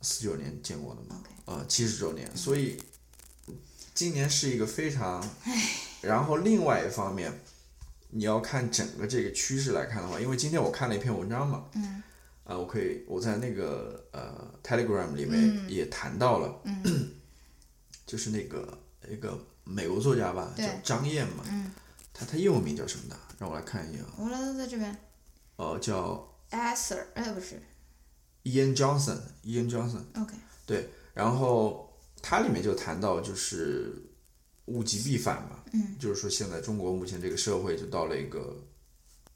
B: 四九年建国的嘛，呃，七十周年，所以今年是一个非常，然后另外一方面，你要看整个这个趋势来看的话，因为今天我看了一篇文章嘛，嗯，啊、我可以我在那个呃 Telegram 里面也谈到了，嗯，就是那个一个美国作家吧，叫
C: 对
B: 张燕嘛，嗯，他他英文名叫什么的？让我来看一眼啊，
C: 我来在这边
B: 呃，叫
C: ，a s i r 哎，不是
B: Ian Johnson，Ian Johnson。
C: ，OK，
B: 对，然后它里面就谈到就是物极必反嘛，
C: 嗯，
B: 就是说现在中国目前这个社会就到了一个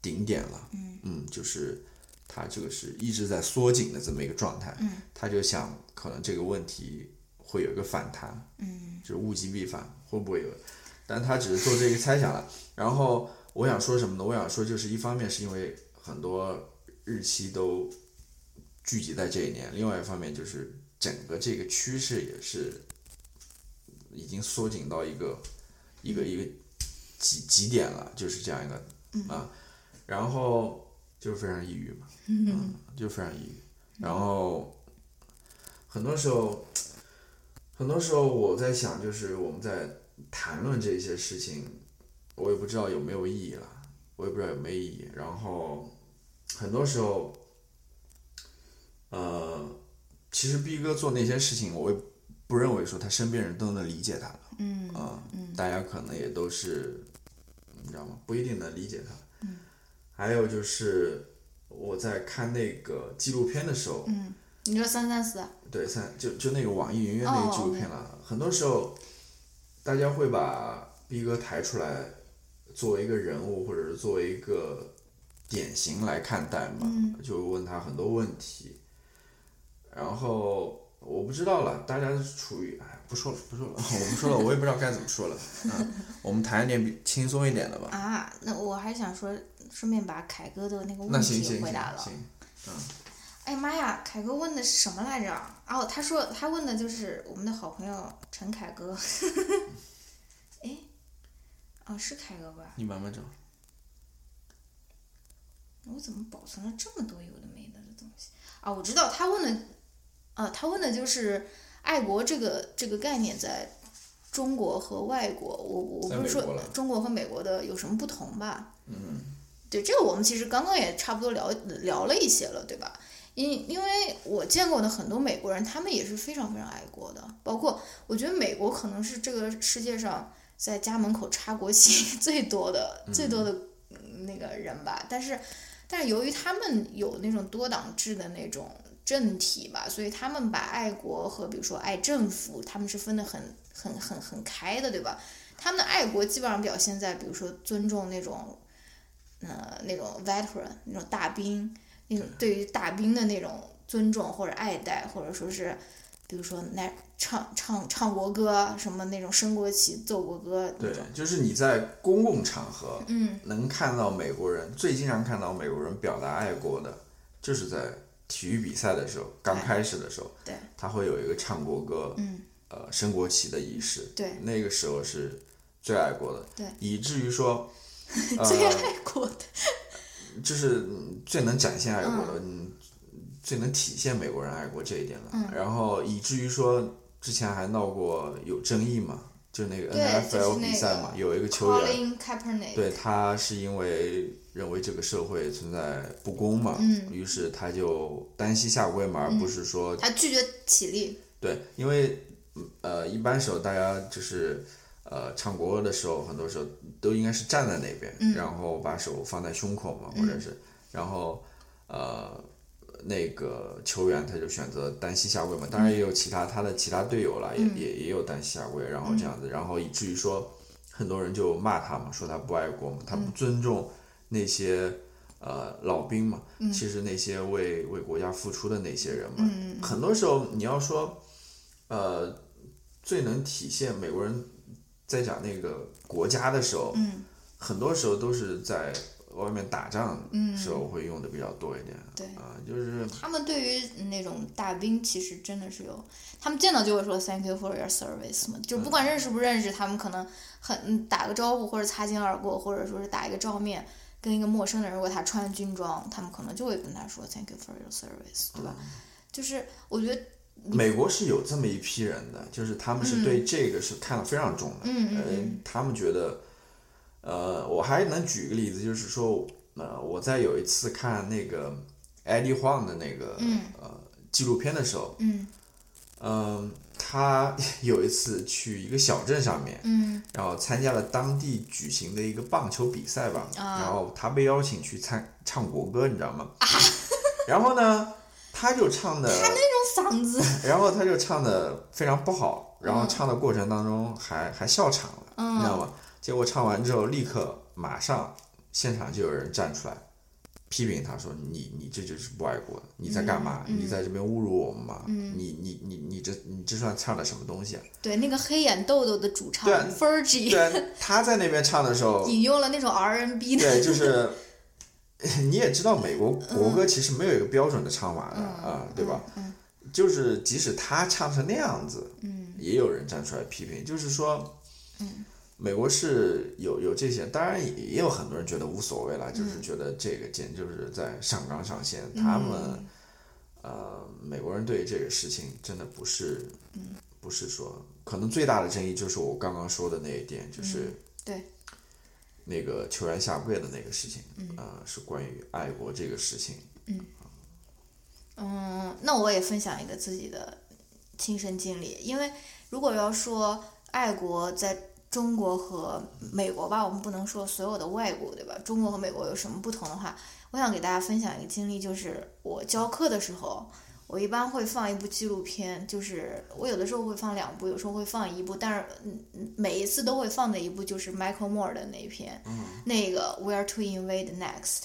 B: 顶点了，嗯就是它这个是一直在缩紧的这么一个状态，嗯，他就想可能这个问题会有一个反弹，
C: 嗯
B: 就是物极必反，会不会有？但他只是做这个猜想了。然后我想说什么呢？我想说，就是一方面是因为很多日期都聚集在这一年，另外一方面就是整个这个趋势也是已经缩紧到一个一个一个极极点了，就是这样一个啊，然后就非常抑郁嘛，嗯，就非常抑郁。然后很多时候，很多时候我在想，就是我们在谈论这些事情，我也不知道有没有意义了，我也不知道有没有意义。然后很多时候，呃，其实逼哥做那些事情，我也不认为说他身边人都能理解他了。
C: 嗯
B: 啊
C: 嗯
B: 大家可能也都是，你知道吗？不一定能理解他。
C: 嗯
B: 还有就是我在看那个纪录片的时候，
C: 嗯，你说三三四啊，
B: 对，三就就那个网易云音乐
C: 哦
B: 那个纪录片了。很多时候，大家会把逼哥抬出来，作为一个人物或者是作为一个典型来看待嘛，
C: 嗯
B: 就问他很多问题。然后我不知道了，大家是处于哎，不说了，不说了， (laughs) 我不说了，我也不知道该怎么说了。嗯，我们谈一点比轻松一点的吧。
C: 啊，那我还想说，顺便把凯哥的那个
B: 那
C: 问
B: 行行
C: 题
B: 行
C: 回答了。
B: 行，
C: 哎妈呀，凯哥问的是什么来着？哦，他说他问的就是我们的好朋友陈凯歌。 (laughs) 哎，哦，是凯哥吧？
B: 你慢慢找。
C: 我怎么保存了这么多有的没的的东西啊？我知道他问的，啊，他问的就是爱国这个这个概念在中国和外国，我我
B: 在
C: 不是
B: 美国
C: 说
B: 了
C: 中国和美国的有什么不同吧？
B: 嗯，
C: 对，这个我们其实刚刚也差不多聊聊了一些了，对吧？因因为我见过的很多美国人，他们也是非常非常爱国的，包括我觉得美国可能是这个世界上在家门口插国旗 (laughs) 最多的、最多的嗯那个人吧。但是，但是由于他们有那种多党制的那种政体吧，所以他们把爱国和比如说爱政府，他们是分得很很很很开的，对吧？他们的爱国基本上表现在，比如说尊重那种，呃，那种 veteran 那种大兵，那种对于大兵的那种尊重或者爱戴，或者说是，比如说那唱唱唱国歌什么那种升国旗奏国歌那
B: 对
C: 种，，
B: 就是你在公共场合，
C: 嗯，
B: 能看到美国人最经常看到美国人表达爱国的，就是在体育比赛的时候，刚开始的时候，
C: 对
B: 他会有一个唱国歌，
C: 嗯，
B: 呃，升国旗的仪式，
C: 对
B: 那个时候是最爱国的，
C: 对
B: 以至于说，呃，
C: 最爱
B: (laughs)
C: 国的，
B: 就是嗯最能展现爱国的，嗯，最能体现美国人爱国这一点了。
C: 嗯
B: 然后以至于说之前还闹过有争议嘛，就那个
C: 对就是
B: NFL
C: 那
B: 比赛嘛，
C: 个
B: 有一个球员。
C: Colin Kaepernick，
B: 对他是因为认为这个社会存在不公嘛，
C: 嗯
B: 于是他就单膝下跪嘛，而不是说、
C: 他拒绝起立，
B: 对，因为嗯呃一般时候大家就是呃唱国歌的时候，很多时候都应该是站在那边，然后把手放在胸口嘛，或者是、然后呃那个球员他就选择单膝下跪嘛，当然也有其他他的其他队友啦，也也也有单膝下跪，然后这样子，然后以至于说很多人就骂他嘛，说他不爱国嘛，他不尊重那些。呃，老兵嘛，其实那些为为国家付出的那些人嘛，
C: 嗯
B: 很多时候你要说，呃，最能体现美国人在讲那个国家的时候，
C: 嗯
B: 很多时候都是在外面打仗
C: 嗯
B: 时候会用的比较多一点。
C: 对
B: 啊、就是
C: 他们对于那种大兵其实真的是有，他们见到就会说 thank you for your service 嘛，就不管认识不认识，他们可能很嗯打个招呼或者擦肩而过，或者说是打一个照面，跟一个陌生人，如果他穿军装，他们可能就会跟他说 thank you for your service，对吧？
B: 嗯
C: 就是我觉得，
B: 美国是有这么一批人的，就是他们是对这个是看得非常重的。
C: 嗯嗯
B: 呃
C: 嗯，
B: 他们觉得，呃，我还能举一个例子，就是说，呃，我在有一次看那个艾迪晃的那个、
C: 嗯
B: 呃纪录片的时候，
C: 嗯
B: 嗯，他 (laughs) 有一次去一个小镇上面，
C: 嗯
B: 然后参加了当地举行的一个棒球比赛吧，
C: 啊
B: 然后他被邀请去参唱国歌，你知道吗？ (laughs) 然后呢，他就唱的，
C: 这种嗓子，
B: 然后他就唱的非常不好，然后唱的过程当中还、还笑场了，你知道吗？结果唱完之后，立刻马上现场就有人站出来批评他说你你这就是不爱国的，你在干嘛？你在这边侮辱我们吗？你你你你这你这算唱的什么东西啊？
C: 对，那个黑眼豆豆的主唱
B: 对啊
C: Fergie
B: 虽然他在那边唱的时候，
C: (laughs) 引用了那种 R&B 的，
B: 对，就是你也知道，美国国歌其实没有一个标准的唱法的啊、对吧？就是即使他唱成那样子，嗯，也有人站出来批评，就是说，美国是有有这些，当然也也有很多人觉得无所谓啦，就是觉得这个简直就是在上纲上线，他们。呃，美国人对这个事情真的不是，不是说，可能最大的争议就是我刚刚说的那一点，就是、
C: 对，
B: 那个球员下跪的那个事情，嗯、呃，是关于爱国这个事情。
C: 嗯，那我也分享一个自己的亲身经历，因为如果要说爱国在中国和美国吧，我们不能说所有的外国，对吧？中国和美国有什么不同的话，我想给大家分享一个经历，就是我教课的时候，我一般会放一部纪录片，就是我有的时候会放两部，有时候会放一部，但是嗯嗯每一次都会放的一部就是 Michael Moore 的那一篇，那个 Where to Invade Next。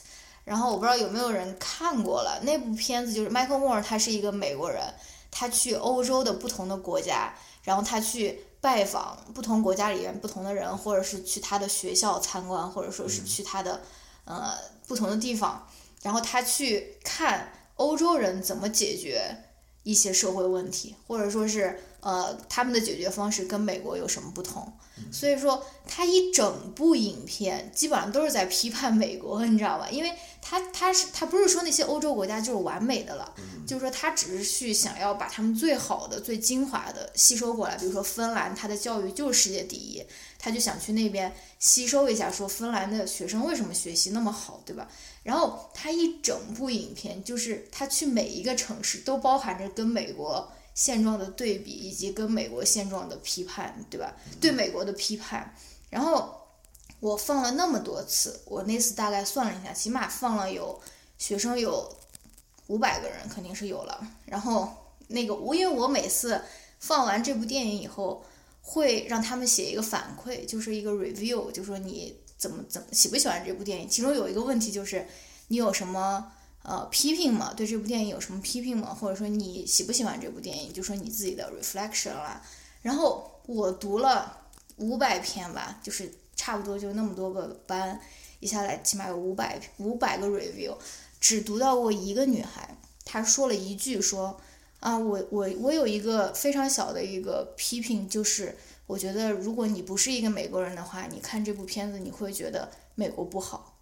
C: 然后我不知道有没有人看过了那部片子，就是 Michael Moore，他是一个美国人，他去欧洲的不同的国家，然后他去拜访不同国家里面不同的人，或者是去他的学校参观，或者说是去他的呃不同的地方，然后他去看欧洲人怎么解决一些社会问题，或者说是呃他们的解决方式跟美国有什么不同。所以说，他一整部影片基本上都是在批判美国， (laughs) 你知道吧？因为他他是他不是说那些欧洲国家就是完美的了，就是说他只是去想要把他们最好的、最精华的吸收过来。比如说芬兰，它的教育就是世界第一，他就想去那边吸收一下，说芬兰的学生为什么学习那么好，对吧？然后他一整部影片就是他去每一个城市都包含着跟美国现状的对比，以及跟美国现状的批判，对吧？对美国的批判。然后我放了那么多次，我那次大概算了一下，起码放了有学生有五百个人，肯定是有了。然后那个我因为我每次放完这部电影以后，会让他们写一个反馈，就是一个 review，就说你怎么怎么喜不喜欢这部电影。其中有一个问题就是你有什么呃批评吗？对这部电影有什么批评吗？或者说你喜不喜欢这部电影？就说你自己的 reflection 啦。然后我读了五百篇吧，就是差不多就那么多个班，一下来起码有五百五百个 review，只读到过一个女孩，她说了一句说。啊，我我我有一个非常小的一个批评，就是我觉得如果你不是一个美国人的话，你看这部片子你会觉得美国不好，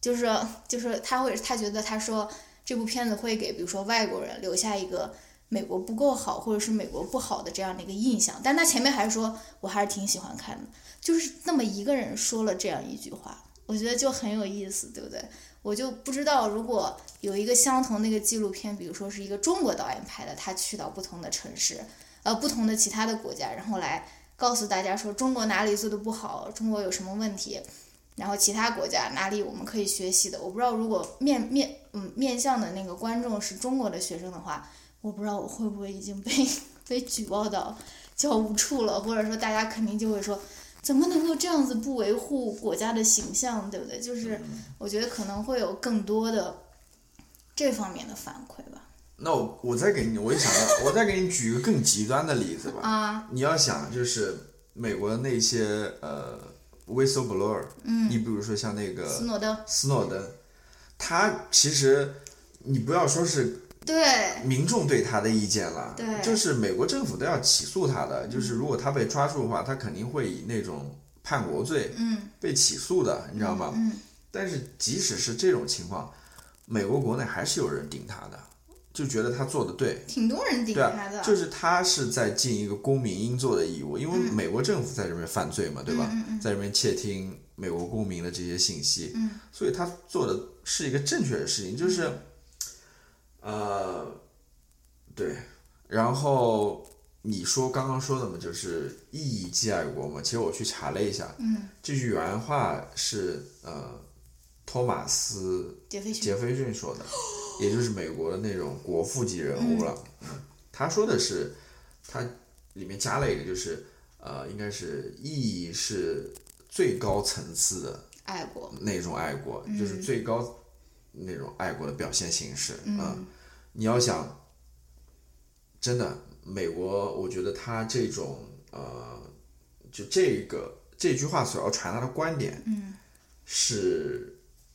C: 就是就是他会他觉得他说这部片子会给比如说外国人留下一个美国不够好或者是美国不好的这样的一个印象，但他前面还说我还是挺喜欢看的，就是那么一个人说了这样一句话，我觉得就很有意思，对不对？我就不知道，如果有一个相同的一个纪录片，比如说是一个中国导演拍的，他去到不同的城市，呃，不同的其他的国家，然后来告诉大家说中国哪里做的不好，中国有什么问题，然后其他国家哪里我们可以学习的。我不知道，如果面面嗯面向的那个观众是中国的学生的话，我不知道我会不会已经被 (laughs) 被举报到教务处了，或者说大家肯定就会说。怎么能够这样子不维护国家的形象，对不对？就是
B: 嗯
C: 我觉得可能会有更多的这方面的反馈吧。
B: 那我我再给你，我就想到，我再给你举一个更极端的例子吧。
C: 啊，
B: 你要想就是美国的那些呃 whistleblower，嗯，你比如说像那个
C: 斯诺登，
B: 斯诺登，他其实你不要说是
C: 对
B: 民众对他的意见了，
C: 对
B: 就是美国政府都要起诉他的，就是如果他被抓住的话，他肯定会以那种叛国罪，
C: 嗯，
B: 被起诉的，你知道吗？
C: 嗯
B: 但是即使是这种情况，美国国内还是有人顶他的，就觉得他做的对，
C: 挺多人顶
B: 对
C: 他
B: 啊
C: 的，，
B: 就是他是在尽一个公民应做的义务，因为
C: 嗯
B: 美国政府在这边犯罪嘛，对吧？在这边窃听美国公民的这些信息，
C: 嗯
B: 所以他做的是一个正确的事情，就是，
C: 嗯
B: 呃，对，然后你说刚刚说的嘛，就是“义以寄爱国”嘛，其实我去查了一下，
C: 嗯，
B: 这句原话是呃托马斯
C: 杰斐逊
B: 杰斐逊说的，也就是美国的那种国父级人物了。嗯他说的是，他里面加了一个，就是呃，应该是意义是最高层次的
C: 爱国，
B: 那种爱国，就是最高那种爱国的表现形式啊、你要想，真的，美国，我觉得他这种呃，就这个这句话所要传达的观点，嗯，是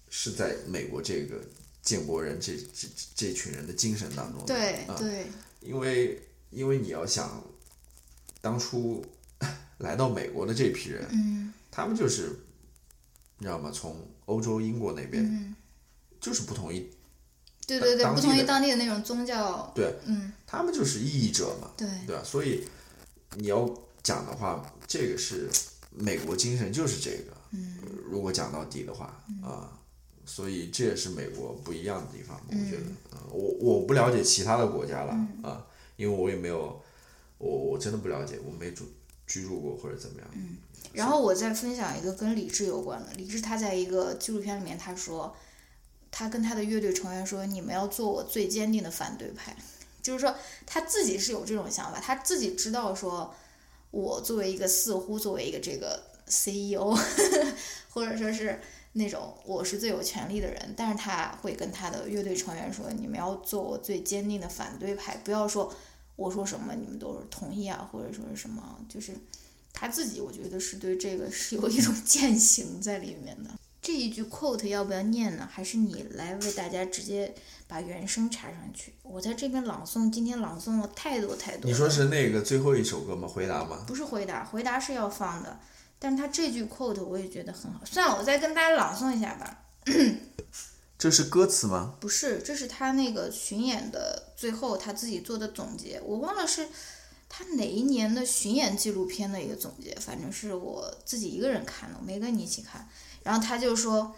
B: 是在美国这个建国人这这这这群人的精神当中的，
C: 对
B: 啊
C: 对，
B: 因为因为你要想，当初 (laughs) 来到美国的这批人，
C: 嗯
B: 他们就是，你知道吗？从欧洲、英国那边，
C: 嗯，
B: 就是不同意，
C: 对对对，
B: 呃当
C: 不
B: 地
C: 同于
B: 的
C: 当地的那种宗教，
B: 对
C: 嗯
B: 他们就是异议者嘛，
C: 对，
B: 对吧？所以你要讲的话，这个是美国精神，就是这个。嗯，如果讲到底的话，啊、所以这也是美国不一样的地方，我觉得。嗯、我我不了解其他的国家了啊、因为我也没有，我我真的不了解，我没住居住过或者怎么样。
C: 然后我再分享一个跟李志有关的，李志他在一个纪录片里面他说，他跟他的乐队成员说，你们要做我最坚定的反对派，就是说他自己是有这种想法，他自己知道说，我作为一个似乎作为一个这个 CEO，或者说是那种我是最有权利的人，但是他会跟他的乐队成员说，你们要做我最坚定的反对派，不要说我说什么你们都是同意啊，或者说是什么，就是。他自己我觉得是对这个是有一种 (laughs) 践行在里面的。这一句 quote 要不要念呢？还是你来为大家直接把原声插上去？我在这边朗诵，今天朗诵了太多太多了。
B: 你说是那个最后一首歌吗？回答吗？
C: 不是回答，回答是要放的，但是他这句 quote 我也觉得很好。算了，我再跟大家朗诵一下吧。
B: 这是歌词吗？
C: 不是，这是他那个巡演的最后他自己做的总结，我忘了是他哪一年的巡演纪录片的一个总结，反正是我自己一个人看的，我没跟你一起看。然后他就说，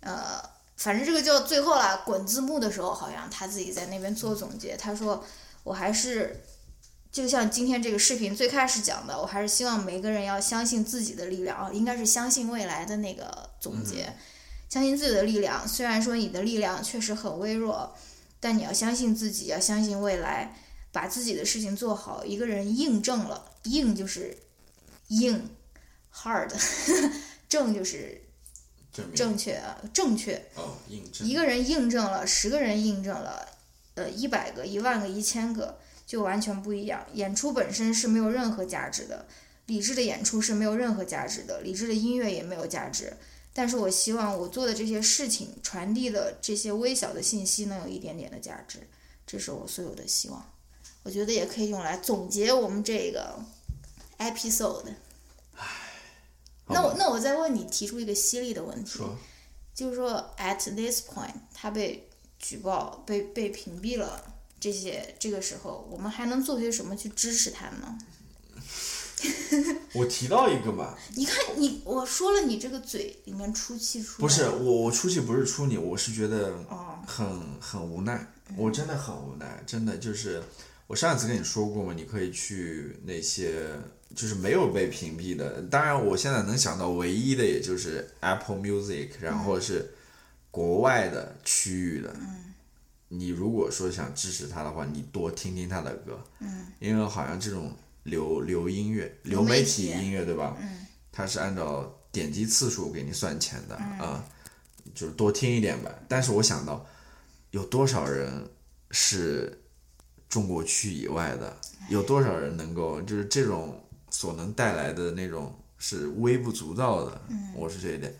C: 呃，反正这个就最后了，滚字幕的时候好像他自己在那边做总结，他说我还是。就像今天这个视频最开始讲的，我还是希望每个人要相信自己的力量啊，应该是相信未来的那个总结。相信自己的力量。虽然说你的力量确实很微弱，但你要相信自己，要相信未来，把自己的事情做好。一个人硬正了，硬就是硬，hard，正就是
B: 证明
C: 正确，正确。
B: 哦，印证
C: 一个人印证了，十个人印证了，呃，一百个、一万个、一千个，就完全不一样。演出本身是没有任何价值的，理智的演出是没有任何价值的，理智的音乐也没有价值。但是我希望我做的这些事情传递的这些微小的信息能有一点点的价值，这是我所有的希望。我觉得也可以用来总结我们这个
B: 哎
C: episode。
B: 好
C: 那
B: 吧
C: 我那我再问你提出一个犀利的问题，
B: 说
C: 就是说，at this point，他被举报、被被屏蔽了，这些这个时候，我们还能做些什么去支持他呢？
B: 我提到一个嘛，
C: 你看，你我说了，你这个嘴里面出气出
B: 不
C: 来
B: 是
C: 了
B: 我，我出去不是出你，我是觉得
C: 哦嗯
B: 很很无奈，我真的很无奈，真的就是我上一次跟你说过嘛，你可以去那些就是没有被屏蔽的，当然我现在能想到唯一的也就是 Apple Music，然
C: 嗯
B: 后是国外的区域的。你如果说想支持他的话，你多听听他的歌，嗯，因为好像这种流流音乐、流媒体音乐，对吧？嗯，它是按照点击次数给你算钱的啊、就是多听一点吧。但是我想到，有多少人是中国区以外的？有多少人能够就是这种所能带来的那种是微不足道的？我是这一点。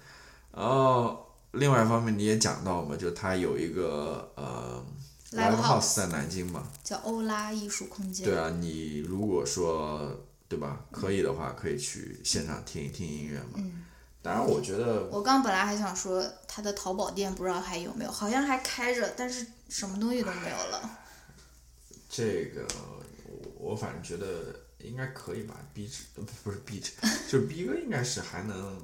B: 然后另外一方面你也讲到嘛，就他有一个呃
C: Live
B: live
C: house
B: house 在南京嘛，
C: 叫欧拉艺术空间。
B: 对啊，你如果说对吧，可以的话，可以去现场听一听音乐嘛。当然，我觉得
C: 我刚本来还想说他的淘宝店不知道还有没有，好像还开着，但是什么东西都没有了。
B: 这个，我我反正觉得应该可以吧。壁纸呃不是壁纸，就是逼哥应该是还能，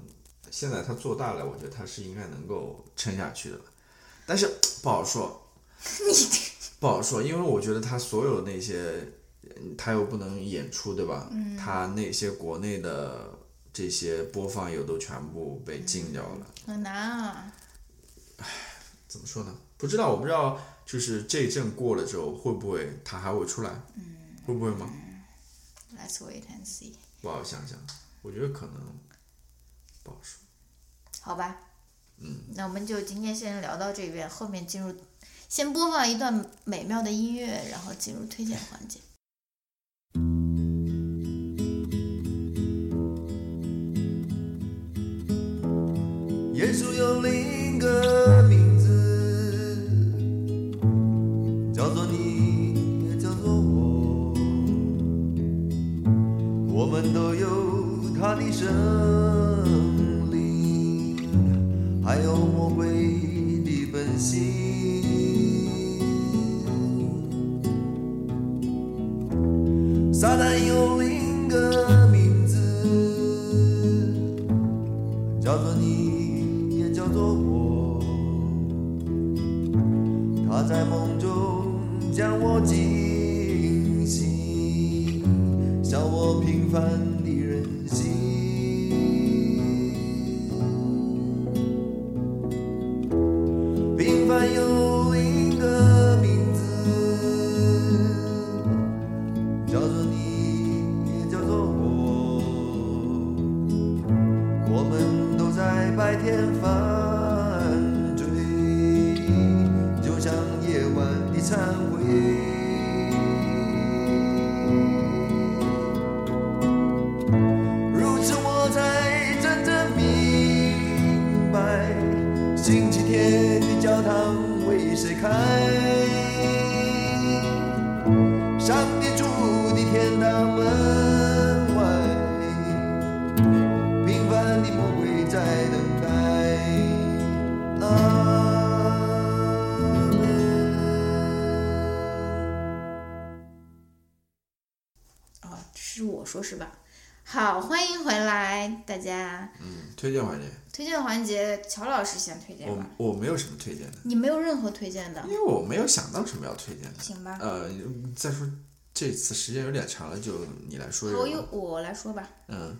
B: 现在他做大了，我觉得他是应该能够撑下去的了。但是不好说，不好说，因为我觉得他所有那些，嗯他又不能演出，对吧？他那些国内的这些播放又都全部被禁掉了。
C: 很难啊，
B: 怎么说呢？不知道，我不知道，就是这一阵过了之后，会不会他还会出来？会不会吗？
C: ，Let's wait and see。
B: 不好想想，我觉得可能不好说。
C: 好吧，那我们就今天先聊到这边，后面进入，先播放一段美妙的音乐，然后进入推荐环节。
D: 耶稣有另一个名字，叫做你，也叫做我。我们都有他的神灵，还有魔鬼的本性。撒旦有另一个名字。叫做你，也叫做我。他在梦中将我惊醒，笑我平凡的人性。平凡有另一个名字，叫做你，也叫做我。我们都在白天犯罪，就像夜晚的忏悔。如此我才真正明白，星期天的教堂为谁开？上帝住的天堂门外。平凡的魔鬼在等待。啊阿门。
C: 哦，是我说是吧？好，欢迎回来，大家。
B: 嗯，推荐环节，
C: 推荐环节，乔老师先推荐吧。
B: 我我没有什么推荐的，
C: 你没有任何推荐的
B: 因，为我没有想到什么要推荐的。
C: 行吧？
B: 呃，再说这次时间有点长了，就你来说一
C: 好，由
B: 个。
C: 我来说吧。
B: 嗯，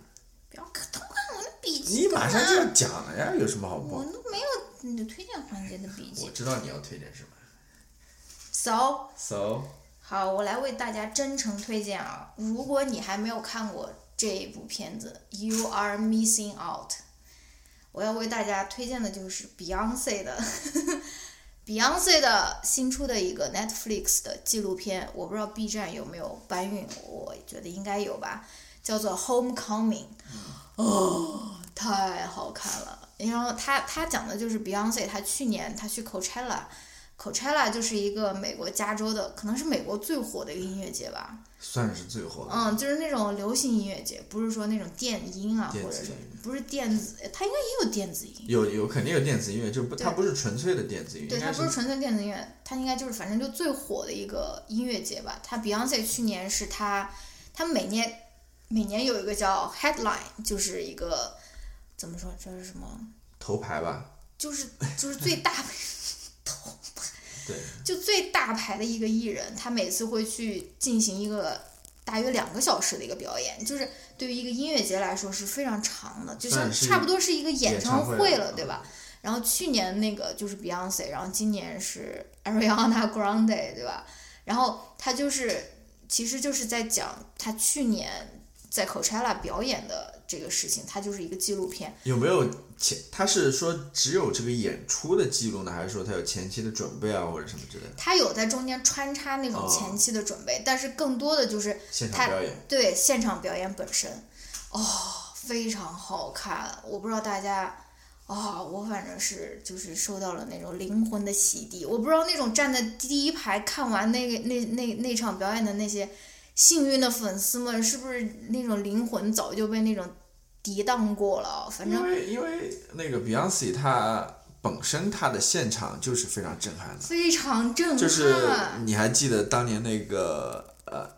C: 不要看偷看我的笔记。
B: 你马上就要讲了呀，有什么好不
C: 我
B: 好？
C: 都没有你的推荐环节的笔
B: 我
C: 记。
B: 知道你要推荐什么。
C: So，
B: So，
C: 好，我来为大家真诚推荐啊！如果你还没有看过这部片子《You Are Missing Out》，我要为大家推荐的就是 Beyonce 的 (laughs) Beyonce 的新出的一个 Netflix 的纪录片，我不知道 B 站有没有搬运，我觉得应该有吧，叫做《Homecoming》。哦，太好看了！然后他他讲的就是 Beyonce，他去年他去 Coachella。Coachella 就是一个美国加州的，可能是美国最火的一个音乐节吧。
B: 算是最后的。
C: 嗯，就是那种流行音乐节，不是说那种电音啊，
B: 电
C: 或者
B: 子
C: 是
B: 音乐
C: 不是电子，它应该也有电子音，
B: 有有肯定有电子音乐，就不它
C: 对
B: 不是纯粹的电子音乐，
C: 对，
B: 应
C: 它
B: 该
C: 不是纯粹电子音乐，它应该就是反正就最火的一个音乐节吧。它 Beyonce 去年是它，它每年每年有一个叫 Headline，就是一个怎么说，这是什么？
B: 头牌吧？
C: 就是就是最大
B: 对，
C: 就最大牌的一个艺人，他每次会去进行一个大约两个小时的一个表演，就是对于一个音乐节来说是非常长的，就像
B: 算是
C: 差不多嗯是一个演唱
B: 演
C: 会嗯
B: 唱会了嗯
C: 了，对吧？然后去年那个就是 Beyonce，然后今年是 Ariana Grande，对吧？然后他就是，其实就是在讲他去年在 Coachella 表演的这个事情，它就是一个纪录片。
B: 有没有前？他是说只有这个演出的记录呢，还是说他有前期的准备啊，或者什么之类的？
C: 他有在中间穿插那种
B: 哦
C: 前期的准备，但是更多的就是
B: 现场
C: 他
B: 表演
C: 对现场表演本身，哦，非常好看。我不知道大家，哦，我反正是就是受到了那种灵魂的洗涤。我不知道那种站在第一排看完那个那那那场表演的那些幸运的粉丝们，是不是那种灵魂早就被那种涤荡过了？反
B: 因
C: 正
B: 为因为那个 Beyonce 她本身她的现场就是非常震撼的，
C: 非常震撼。
B: 就是你还记得当年那个呃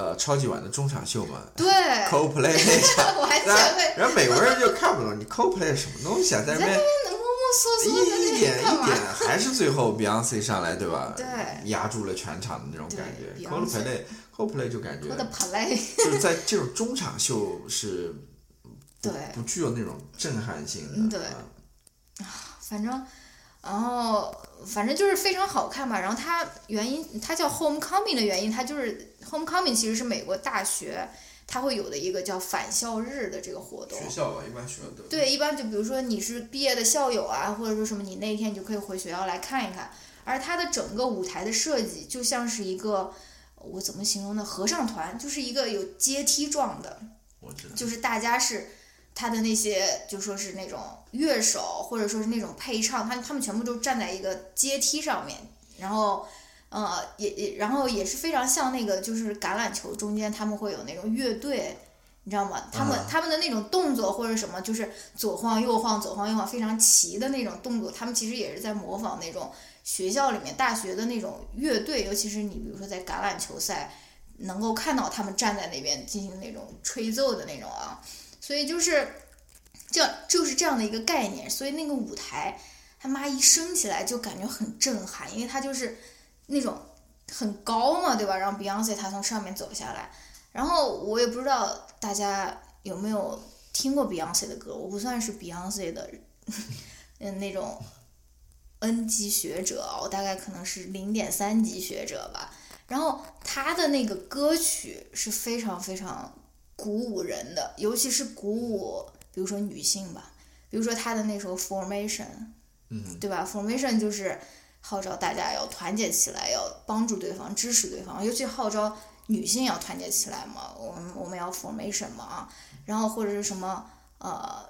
B: 呃超级碗的中场秀吗
C: 对，
B: ？CoPlay 那场。
C: (laughs) 我还
B: 然
C: 前
B: 后
C: 面，
B: 然后美国人就看不懂你 CoPlay 是什么东西啊，在那边
C: 那摸摸索索在
B: 一
C: 那
B: 一
C: 边
B: 点
C: 干
B: 一
C: 嘛？
B: 点，还是最后 Beyonce 上来，对吧？
C: 对
B: 压住了全场的那种
C: 对
B: 感觉。
C: ，Beyonce
B: Coldplay Coldplay 就感觉
C: 我的 play，
B: 就是在这种中场秀是不
C: 对
B: 不具有那种震撼性
C: 嗯
B: 的。
C: 对
B: 啊
C: 反正，然后反正就是非常好看吧。然后它原因，它叫 homecoming 的原因，它就是 homecoming 其实是美国大学它会有的一个叫返校日的这个活动。
B: 学校吧，一般学校都有
C: 对，一般就比如说你是毕业的校友啊，或者说什么，你那一天你就可以回学校来看一看。而它的整个舞台的设计就像是一个，我怎么形容呢？合唱团就是一个有阶梯状的，
B: 我知道，
C: 就是大家是他的那些就说是那种乐手，或者说是那种配唱，他他们全部都站在一个阶梯上面，然后呃也也然后也是非常像那个就是橄榄球中间他们会有那种乐队。你知道吗？他们
B: 啊
C: 他们的那种动作或者什么，就是左晃右晃，左晃右晃，非常齐的那种动作。他们其实也是在模仿那种学校里面大学的那种乐队，尤其是你比如说在橄榄球赛，能够看到他们站在那边进行那种吹奏的那种啊，所以就是这样就是这样的一个概念，所以那个舞台他妈一升起来就感觉很震撼，因为它就是那种很高嘛，对吧？然后 Beyonce 她从上面走下来，然后我也不知道大家有没有听过 Beyonce 的歌，我不算是 Beyonce 的嗯 (laughs) 那种 N 级学者啊，我大概可能是零点三级学者吧。然后他的那个歌曲是非常非常鼓舞人的，尤其是鼓舞，比如说女性吧，比如说他的那首《Formation》，
B: 嗯，
C: 对吧？Formation 就是号召大家要团结起来，要帮助对方，支持对方，尤其号召女性要团结起来嘛。我们我们要 Formation 嘛啊，然后或者是什么呃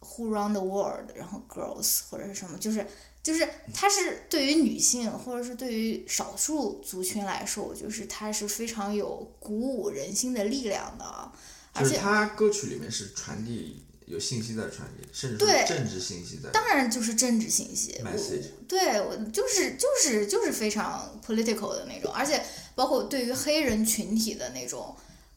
C: ，Who Run the World，然后 Girls 或者是什么，就是就是它是对于女性或者是对于少数族群来说，就是它是非常有鼓舞人心的力量的啊，而
B: 就是
C: 且。
B: 他歌曲里面是传递有信息在传递，甚至
C: 对
B: 是政治信息在
C: 当然就是政治信息，我
B: message。
C: 对我就是就是就是非常 political 的那种，而且包括对于黑人群体的那种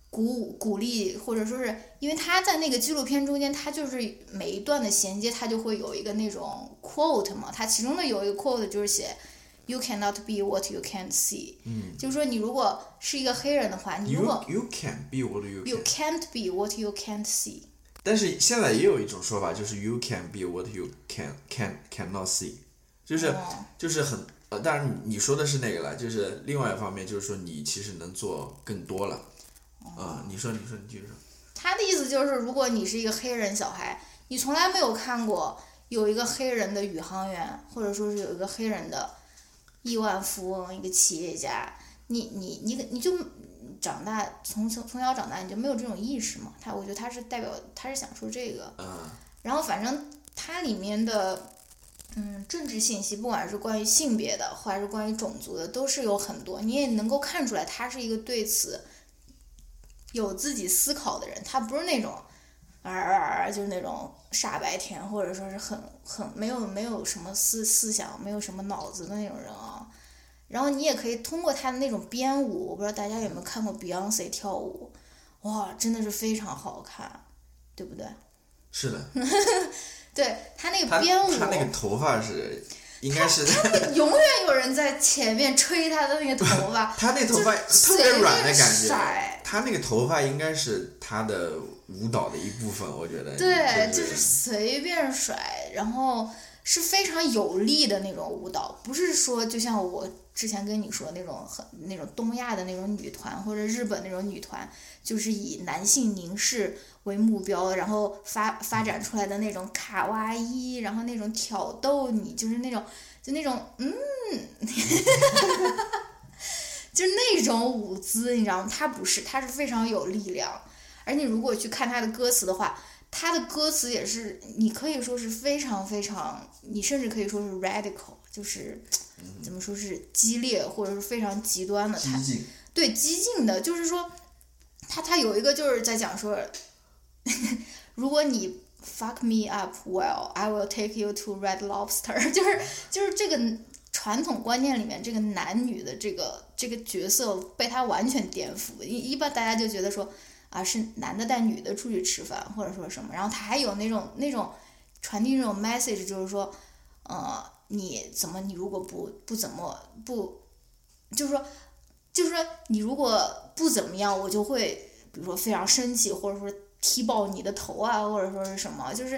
C: 鼓舞鼓励，或者说是因为他在那个纪录片中间，他就是每一段的衔接，他就会有一个那种 quote 嘛，他其中的有一个 quote 就是写 “You cannot be what you can't see”，
B: 嗯
C: 就是说你如果是一个黑人的话，你如
B: You
C: 果
B: you can be what you
C: you
B: can，
C: can't be what you can't see，
B: 但是现在也有一种说法，就是 you can be what you can can cannot see，就是、
C: 哦
B: 就是很呃，当然你说的是那个了，就是另外一方面就是说你其实能做更多了，
C: 哦
B: 啊、你说你说你继续说，
C: 他的意思就是，如果你是一个黑人小孩，你从来没有看过有一个黑人的宇航员，或者说是有一个黑人的亿万富翁、一个企业家，你你你你就长大从从从小长大你就没有这种意识嘛？他我觉得他是代表他是想说这个，
B: 嗯、
C: 然后反正它里面的嗯政治信息，不管是关于性别的，还是关于种族的，都是有很多。你也能够看出来，他是一个对此有自己思考的人，他不是那种。啊啊啊！就是那种傻白甜，或者说是很很没有没有什么思思想、没有什么脑子的那种人啊。然后你也可以通过他的那种编舞，我不知道大家有没有看过 Beyonce 跳舞，哇，真的是非常好看，对不对？
B: 是的，
C: 对他那
B: 他
C: 个编舞，
B: 他那个头发是应该是他，
C: 永远有人在前面吹他的那个头发
B: (laughs) (laughs) 他那头发
C: 就
B: 特
C: 是
B: 别软的感
C: 随便
B: 觉
C: 甩，
B: 他那个头发应该是他的舞蹈的一部分，我觉得
C: 对，
B: 不
C: 就是随便甩，然后是非常有力的那种舞蹈，不是说就像我之前跟你说那种很那种东亚的那种女团或者日本那种女团，就是以男性凝视为目标，然后发发展出来的那种卡哇伊，然后那种挑逗你，就是那种就那种嗯。 (laughs) 就是那种舞姿，你知道吗？它不是，它是非常有力量。而你如果去看他的歌词的话，他的歌词也是，你可以说是非常非常，你甚至可以说是 radical，就是怎么说是激烈或者是非常极端的。他
B: 激进，
C: 对激进的，就是说，他他有一个就是在讲说， (laughs) 如果你 fuck me up well, I will take you to Red Lobster，就是 (laughs) 就是这个传统观念里面这个男女的这个这个角色被他完全颠覆。一一般大家就觉得说啊是男的带女的出去吃饭或者说什么，然后他还有那种那种传递那种 message，就是说，呃，你怎么你如果不不怎么不，就是说。就是说你如果不怎么样，我就会比如说非常生气，或者说踢爆你的头啊，或者说是什么，就是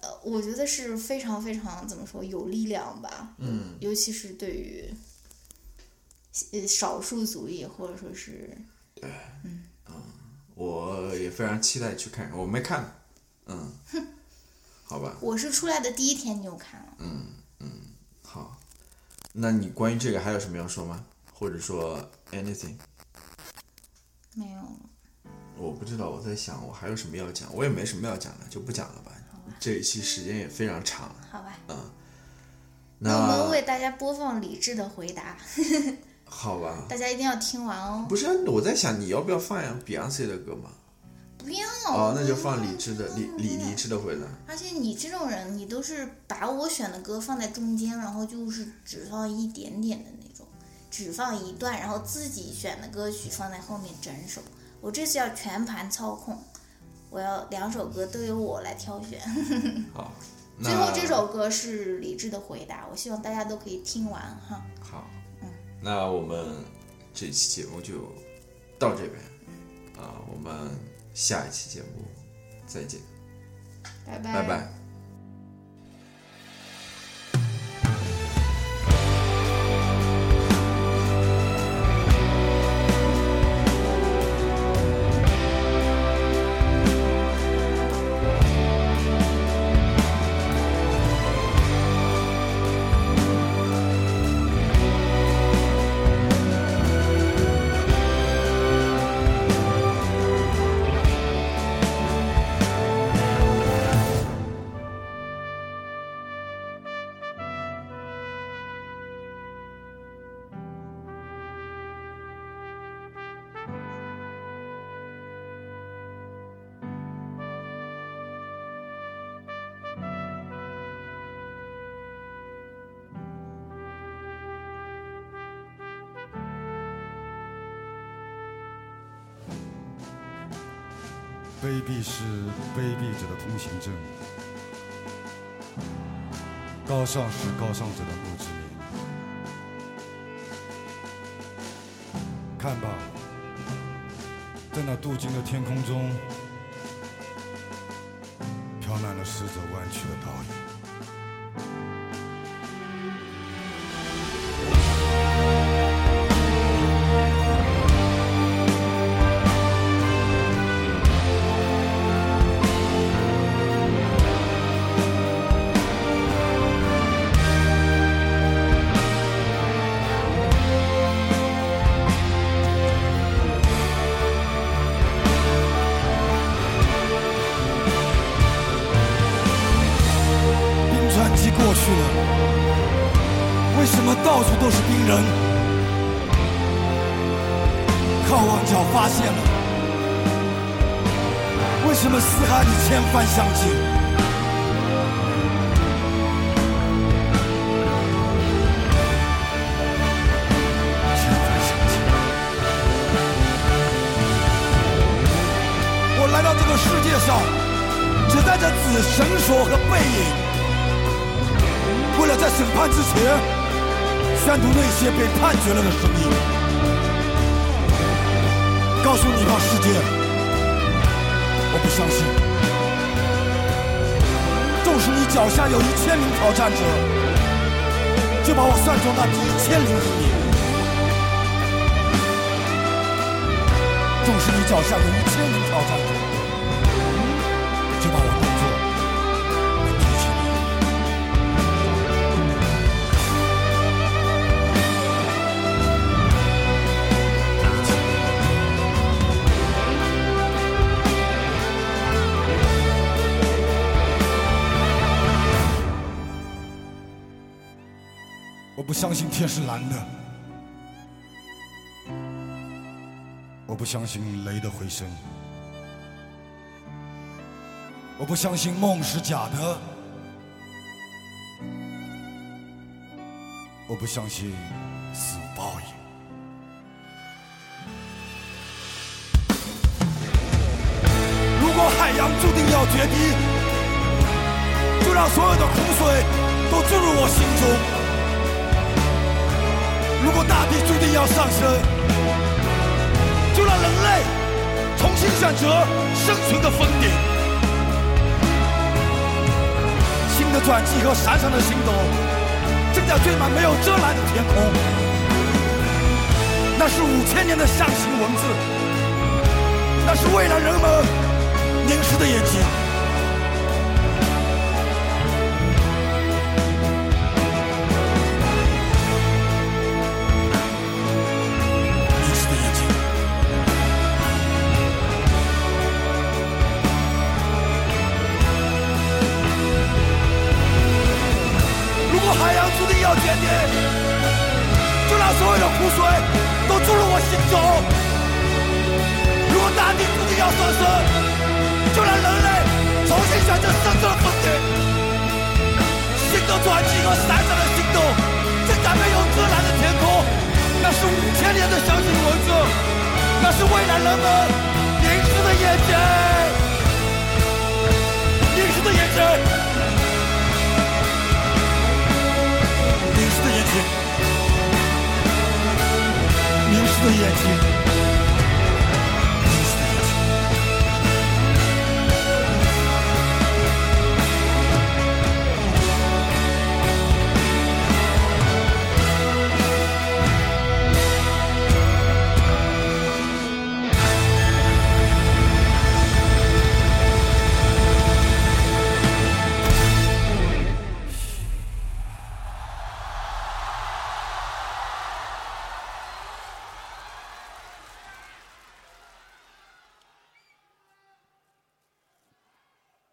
C: 呃，我觉得是非常非常怎么说有力量吧，
B: 嗯，
C: 尤其是对于呃少数族裔或者说是
B: 我也非常期待去看，我没看，嗯，好吧，嗯
C: 我是出来的第一天你就看了，
B: 好，那你关于这个还有什么要说吗？或者说 anything？
C: 没有了。
B: 我不知道，我在想我还有什么要讲，我也没什么要讲的，就不讲了吧。这一期时间也非常长了，
C: 好吧，
B: 那
C: 我们为大家播放理智的回答，
B: 好吧。
C: 大家一定要听完哦。
B: 不是啊，我在想你要不要放呀 Beyonce 的歌嘛？
C: 不要，
B: 哦，那就放理智的理理理智的回答。
C: 而且你这种人，你都是把我选的歌放在中间，然后就是只放一点点的那种，只放一段，然后自己选的歌曲放在后面整首。我这次要全盘操控，我要两首歌都由我来挑选。
B: 好，那
C: 最后这首歌是理智的回答，我希望大家都可以听完哈。
B: 好，
C: 嗯
B: 那我们这期节目就到这边啊，我们下一期节目再见，
C: 拜
B: 拜拜。
C: 哎
E: 卑鄙是卑鄙者的通行证，高尚是高尚者的墓志铭。看吧，在那镀金的天空中，飘满了死者弯曲的倒影。
F: 冰川期过去了，为什么到处都是冰人？靠望角发现了，为什么死海里千帆相竞？千帆相竞。我来到这个世界上，只带着子绳索和背影。为了在审判之前删除那些被判决了的声音。告诉你吧，世界，我不相信。纵使你脚下有一千名挑战者，就把我算作那第一千零一名。纵使你脚下有一千名挑战者，就把我当作那第一千零一名。我不相信天是蓝的，我不相信雷的回声，我不相信梦是假的，我不相信死无报应。如果海洋注定要决堤，就让所有的苦水都注入我心中。如果大地注定要上升，就让人类重新选择生存的峰顶。新的转机和闪闪的星斗，正在缀满没有遮拦的天空。那是五千年的象形文字，那是为了人们凝视的眼睛。凝视的眼睛。如果海洋注定要决定，就让所有的苦水都注入我心中。如果大地注定要转身，就让人类重新选择生存的风景。心中传奇和闪闪的心动，这咱们有遮拦的天空，那是五千年的响起文字，那是未来人们凝视的眼睛。